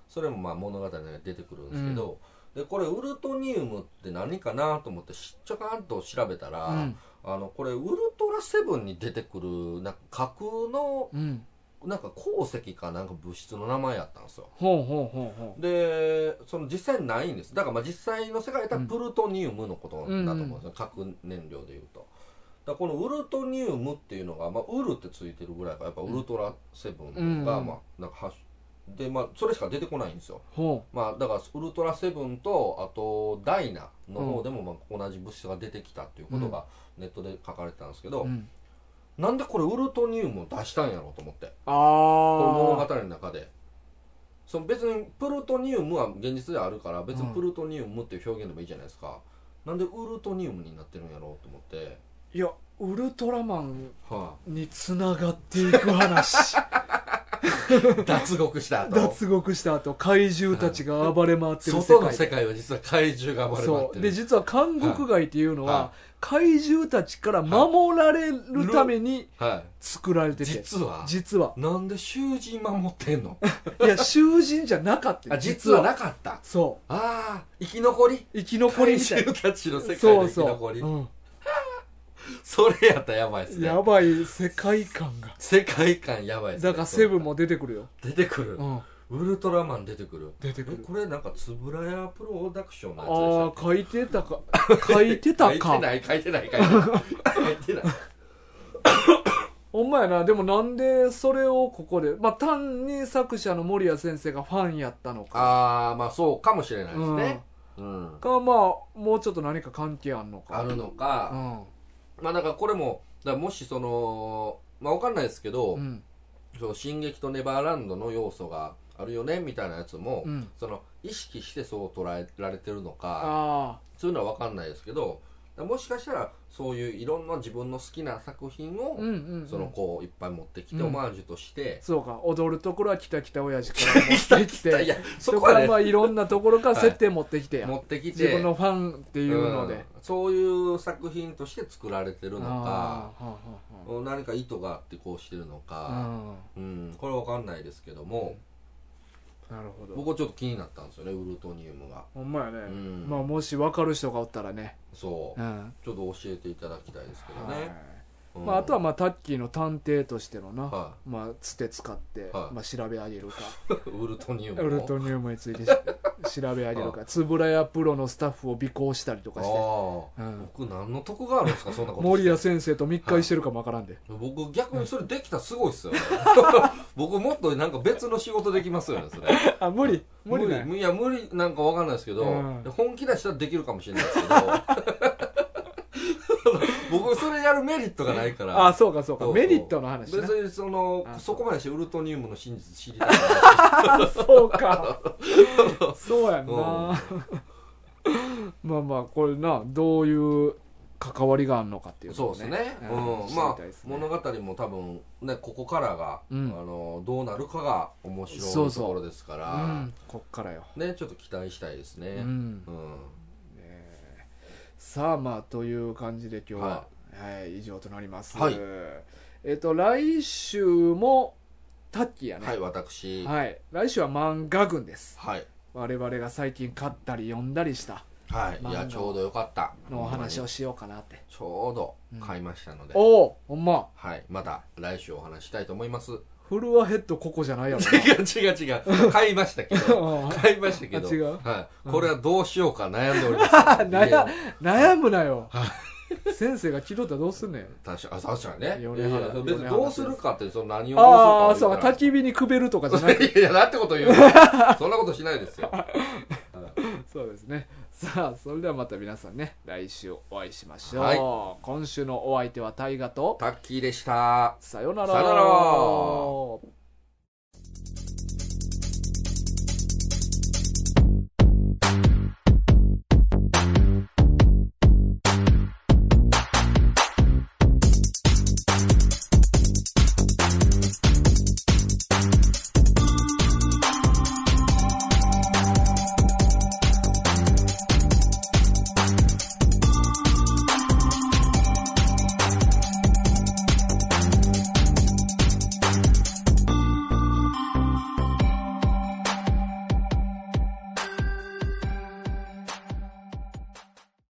[SPEAKER 2] それもまあ物語で出てくるんですけど、でこれウルトニウムって何かなと思ってしっちゃかんと調べたら、
[SPEAKER 1] うん
[SPEAKER 2] あのこれウルトラセブンに出てくるなんか架空の
[SPEAKER 1] うん
[SPEAKER 2] なんか鉱石かなんか物質の名前やったんですよ
[SPEAKER 1] ほうほうほうほ
[SPEAKER 2] でその実際ないんですだからまあ実際の世界ではプルトニウムのことだと思うんですよ、核燃料でいうとだからこのウルトニウムっていうのが、まあ、ウルってついてるぐらいからやっぱウルトラセブンが、
[SPEAKER 1] うん
[SPEAKER 2] まあなんかはしでまあそれしか出てこないんですよ
[SPEAKER 1] うほ
[SPEAKER 2] まあだからウルトラセブンとあとダイナの方でもまあ同じ物質が出てきたっていうことがネットで書かれてたんですけど、
[SPEAKER 1] ううん
[SPEAKER 2] なんでこれウルトニウムを出したんやろうと思って
[SPEAKER 1] あ
[SPEAKER 2] この物
[SPEAKER 1] あ
[SPEAKER 2] 語の中でその別にプルトニウムは現実ではあるから別に
[SPEAKER 1] うん
[SPEAKER 2] プルトニウムっていう表現でもいいじゃないですか、なんでウルトニウムになってるんやろうと思って
[SPEAKER 1] いやウルトラマン
[SPEAKER 2] は
[SPEAKER 1] に繋がっていく
[SPEAKER 2] [LAUGHS]
[SPEAKER 1] 話
[SPEAKER 2] い脱獄した後
[SPEAKER 1] 脱獄した後怪獣たちが暴れ回ってる世
[SPEAKER 2] 外の
[SPEAKER 1] 界
[SPEAKER 2] 世界は実は怪獣が暴れ回っ
[SPEAKER 1] そ
[SPEAKER 2] て
[SPEAKER 1] う
[SPEAKER 2] る
[SPEAKER 1] で実は監獄街っていうのは
[SPEAKER 2] は
[SPEAKER 1] 怪獣たちから守られるために
[SPEAKER 2] は
[SPEAKER 1] 作られて
[SPEAKER 2] い、
[SPEAKER 1] て
[SPEAKER 2] 実は
[SPEAKER 1] 実は
[SPEAKER 2] なんで囚人守ってんの
[SPEAKER 1] いや囚人じゃなかった
[SPEAKER 2] あ実はなかった
[SPEAKER 1] そ
[SPEAKER 2] ああ生き残り
[SPEAKER 1] う生き残りみた
[SPEAKER 2] 怪
[SPEAKER 1] いな
[SPEAKER 2] 獣たちの世界
[SPEAKER 1] そ
[SPEAKER 2] の
[SPEAKER 1] う
[SPEAKER 2] 生き
[SPEAKER 1] そ
[SPEAKER 2] 残り
[SPEAKER 1] う
[SPEAKER 2] そ,、
[SPEAKER 1] うん
[SPEAKER 2] れやったらやばいですね
[SPEAKER 1] やばい世界観が
[SPEAKER 2] 世界観やばいですね
[SPEAKER 1] だからセブンも出てくるよ
[SPEAKER 2] 出てくる、
[SPEAKER 1] うん
[SPEAKER 2] ウルトラマン出てくる
[SPEAKER 1] 出てく
[SPEAKER 2] え
[SPEAKER 1] る
[SPEAKER 2] これなんかつぶらやプロダクションのやつでした
[SPEAKER 1] あ
[SPEAKER 2] っ
[SPEAKER 1] あ書いてたか書いてた
[SPEAKER 2] け書いて
[SPEAKER 1] か
[SPEAKER 2] ない書いてない書いてない書いてない
[SPEAKER 1] ほんまやなでもなんでそれをここでまあ単に作者の森谷先生がファンやったのか
[SPEAKER 2] ああまあそうかもしれないですね、うん
[SPEAKER 1] かまあもうちょっと何か関係あんのか
[SPEAKER 2] あるのか、まあなんかこれもだからもしそのまあわかんないですけど、
[SPEAKER 1] うんうん
[SPEAKER 2] その進撃とネバーランドの要素があるよねみたいなやつも、
[SPEAKER 1] うん
[SPEAKER 2] その意識してそう捉えられてるのか
[SPEAKER 1] あ
[SPEAKER 2] そういうのはわかんないですけどだからもしかしたらそういういろんな自分の好きな作品を、
[SPEAKER 1] あうんうん、うん、
[SPEAKER 2] そのこういっぱい持ってきて、
[SPEAKER 1] うん
[SPEAKER 2] オマージュとして、
[SPEAKER 1] そうか踊るところはきたきた親父から持ってきて
[SPEAKER 2] いや
[SPEAKER 1] そ
[SPEAKER 2] そこ
[SPEAKER 1] こか
[SPEAKER 2] は
[SPEAKER 1] ら
[SPEAKER 2] ね
[SPEAKER 1] まあいろんなところから設定持ってきてや、
[SPEAKER 2] 持ってきて
[SPEAKER 1] 自分のファンっていうの
[SPEAKER 2] うん
[SPEAKER 1] で、
[SPEAKER 2] そういう作品として作られてるの
[SPEAKER 1] あ
[SPEAKER 2] か
[SPEAKER 1] あはあは
[SPEAKER 2] 何か意図があってこうしてるの
[SPEAKER 1] あ
[SPEAKER 2] か、
[SPEAKER 1] うん
[SPEAKER 2] うん、これわかんないですけども
[SPEAKER 1] なるほど
[SPEAKER 2] 僕はちょっと気になったんですよねウルトニウムが、
[SPEAKER 1] ほんまやね、
[SPEAKER 2] うん
[SPEAKER 1] まあもし分かる人がおったらね、
[SPEAKER 2] そう
[SPEAKER 1] うん
[SPEAKER 2] ちょっと教えていただきたいですけど
[SPEAKER 1] はい
[SPEAKER 2] ね、うん
[SPEAKER 1] まあ、あとはまあタッキーの探偵としてのな、
[SPEAKER 2] は
[SPEAKER 1] まあ、つて使って、
[SPEAKER 2] はい
[SPEAKER 1] まあ、調べ上げる
[SPEAKER 2] [LAUGHS]
[SPEAKER 1] か
[SPEAKER 2] いウルトニウムを
[SPEAKER 1] ウルトニウムについて
[SPEAKER 2] [LAUGHS]
[SPEAKER 1] し調べ上げるか円谷プロのスタッフを尾行したりとかして、
[SPEAKER 2] ああ、
[SPEAKER 1] うん
[SPEAKER 2] 僕何の得があるんですかそんなこと
[SPEAKER 1] 森谷先生と密会してるかもわからんで、
[SPEAKER 2] 僕逆にそれできたらすごい
[SPEAKER 1] [LAUGHS]
[SPEAKER 2] っすよね [LAUGHS] 僕もっとなんか別の仕事できますよねそれ
[SPEAKER 1] あ無理無理ない
[SPEAKER 2] いや無理なんかわかんないですけど、
[SPEAKER 1] うん
[SPEAKER 2] 本気出したらできるかもしれないですけど [LAUGHS] 僕それやるメリットがないから
[SPEAKER 1] あそうかそうか
[SPEAKER 2] そうそう
[SPEAKER 1] メリットの話
[SPEAKER 2] 別
[SPEAKER 1] な
[SPEAKER 2] にその
[SPEAKER 1] あ
[SPEAKER 2] そ
[SPEAKER 1] そう
[SPEAKER 2] こまでしてウルトニウムの真実知りたい
[SPEAKER 1] あそう
[SPEAKER 2] [LAUGHS]
[SPEAKER 1] かそうやんな
[SPEAKER 2] うん
[SPEAKER 1] まあまあこれなどういう関わりがあるのかっていうの
[SPEAKER 2] そう
[SPEAKER 1] を
[SPEAKER 2] ですね、
[SPEAKER 1] ん
[SPEAKER 2] うん
[SPEAKER 1] 知り
[SPEAKER 2] まあ
[SPEAKER 1] たいですね
[SPEAKER 2] 物語も多分ねここからが、
[SPEAKER 1] うん
[SPEAKER 2] あのどうなるかが面
[SPEAKER 1] そ
[SPEAKER 2] 白いうと
[SPEAKER 1] そう
[SPEAKER 2] ころですから
[SPEAKER 1] うん、こっからよ、
[SPEAKER 2] ねちょっと期待したいです
[SPEAKER 1] うん
[SPEAKER 2] ねうん、
[SPEAKER 1] さあまあという感じで今日は、
[SPEAKER 2] は
[SPEAKER 1] はい以上となります、
[SPEAKER 2] はい
[SPEAKER 1] えっと来週もタッキーやね
[SPEAKER 2] はい私はい、
[SPEAKER 1] はい来週は漫画群です
[SPEAKER 2] はい
[SPEAKER 1] 我々が最近買ったり読んだりした
[SPEAKER 2] いや
[SPEAKER 1] 漫画
[SPEAKER 2] ちょうどよかった
[SPEAKER 1] のお話
[SPEAKER 2] ほんまに
[SPEAKER 1] をしようかなって
[SPEAKER 2] ちょうど買いましたので、
[SPEAKER 1] おおほんま
[SPEAKER 2] はい、また来週お話したいと思います違
[SPEAKER 1] フルアヘッドここじゃないやろ
[SPEAKER 2] [LAUGHS] う違う違う買いましたけど
[SPEAKER 1] [LAUGHS] な
[SPEAKER 2] 買いましたけど
[SPEAKER 1] あ違う
[SPEAKER 2] はい、これはどうしようか悩んでおります
[SPEAKER 1] [LAUGHS] 悩悩むなよ先生が気取ったらどう
[SPEAKER 2] [LAUGHS]
[SPEAKER 1] すんねん
[SPEAKER 2] 確かあ確かにね
[SPEAKER 1] 米原
[SPEAKER 2] いやいや別にどうするかってその何をどう
[SPEAKER 1] ああ
[SPEAKER 2] す
[SPEAKER 1] そ
[SPEAKER 2] る
[SPEAKER 1] う
[SPEAKER 2] か
[SPEAKER 1] か焚き火にくべる
[SPEAKER 2] [LAUGHS]
[SPEAKER 1] とかじゃない
[SPEAKER 2] いやいやなんてこと言うのそんなことしないですよ
[SPEAKER 1] そうですねさあそれではまた皆さんね来週お会いしましょう、
[SPEAKER 2] はい
[SPEAKER 1] 今週のお相手は大河と
[SPEAKER 2] タッキーでした。
[SPEAKER 1] さよなら
[SPEAKER 2] さよなら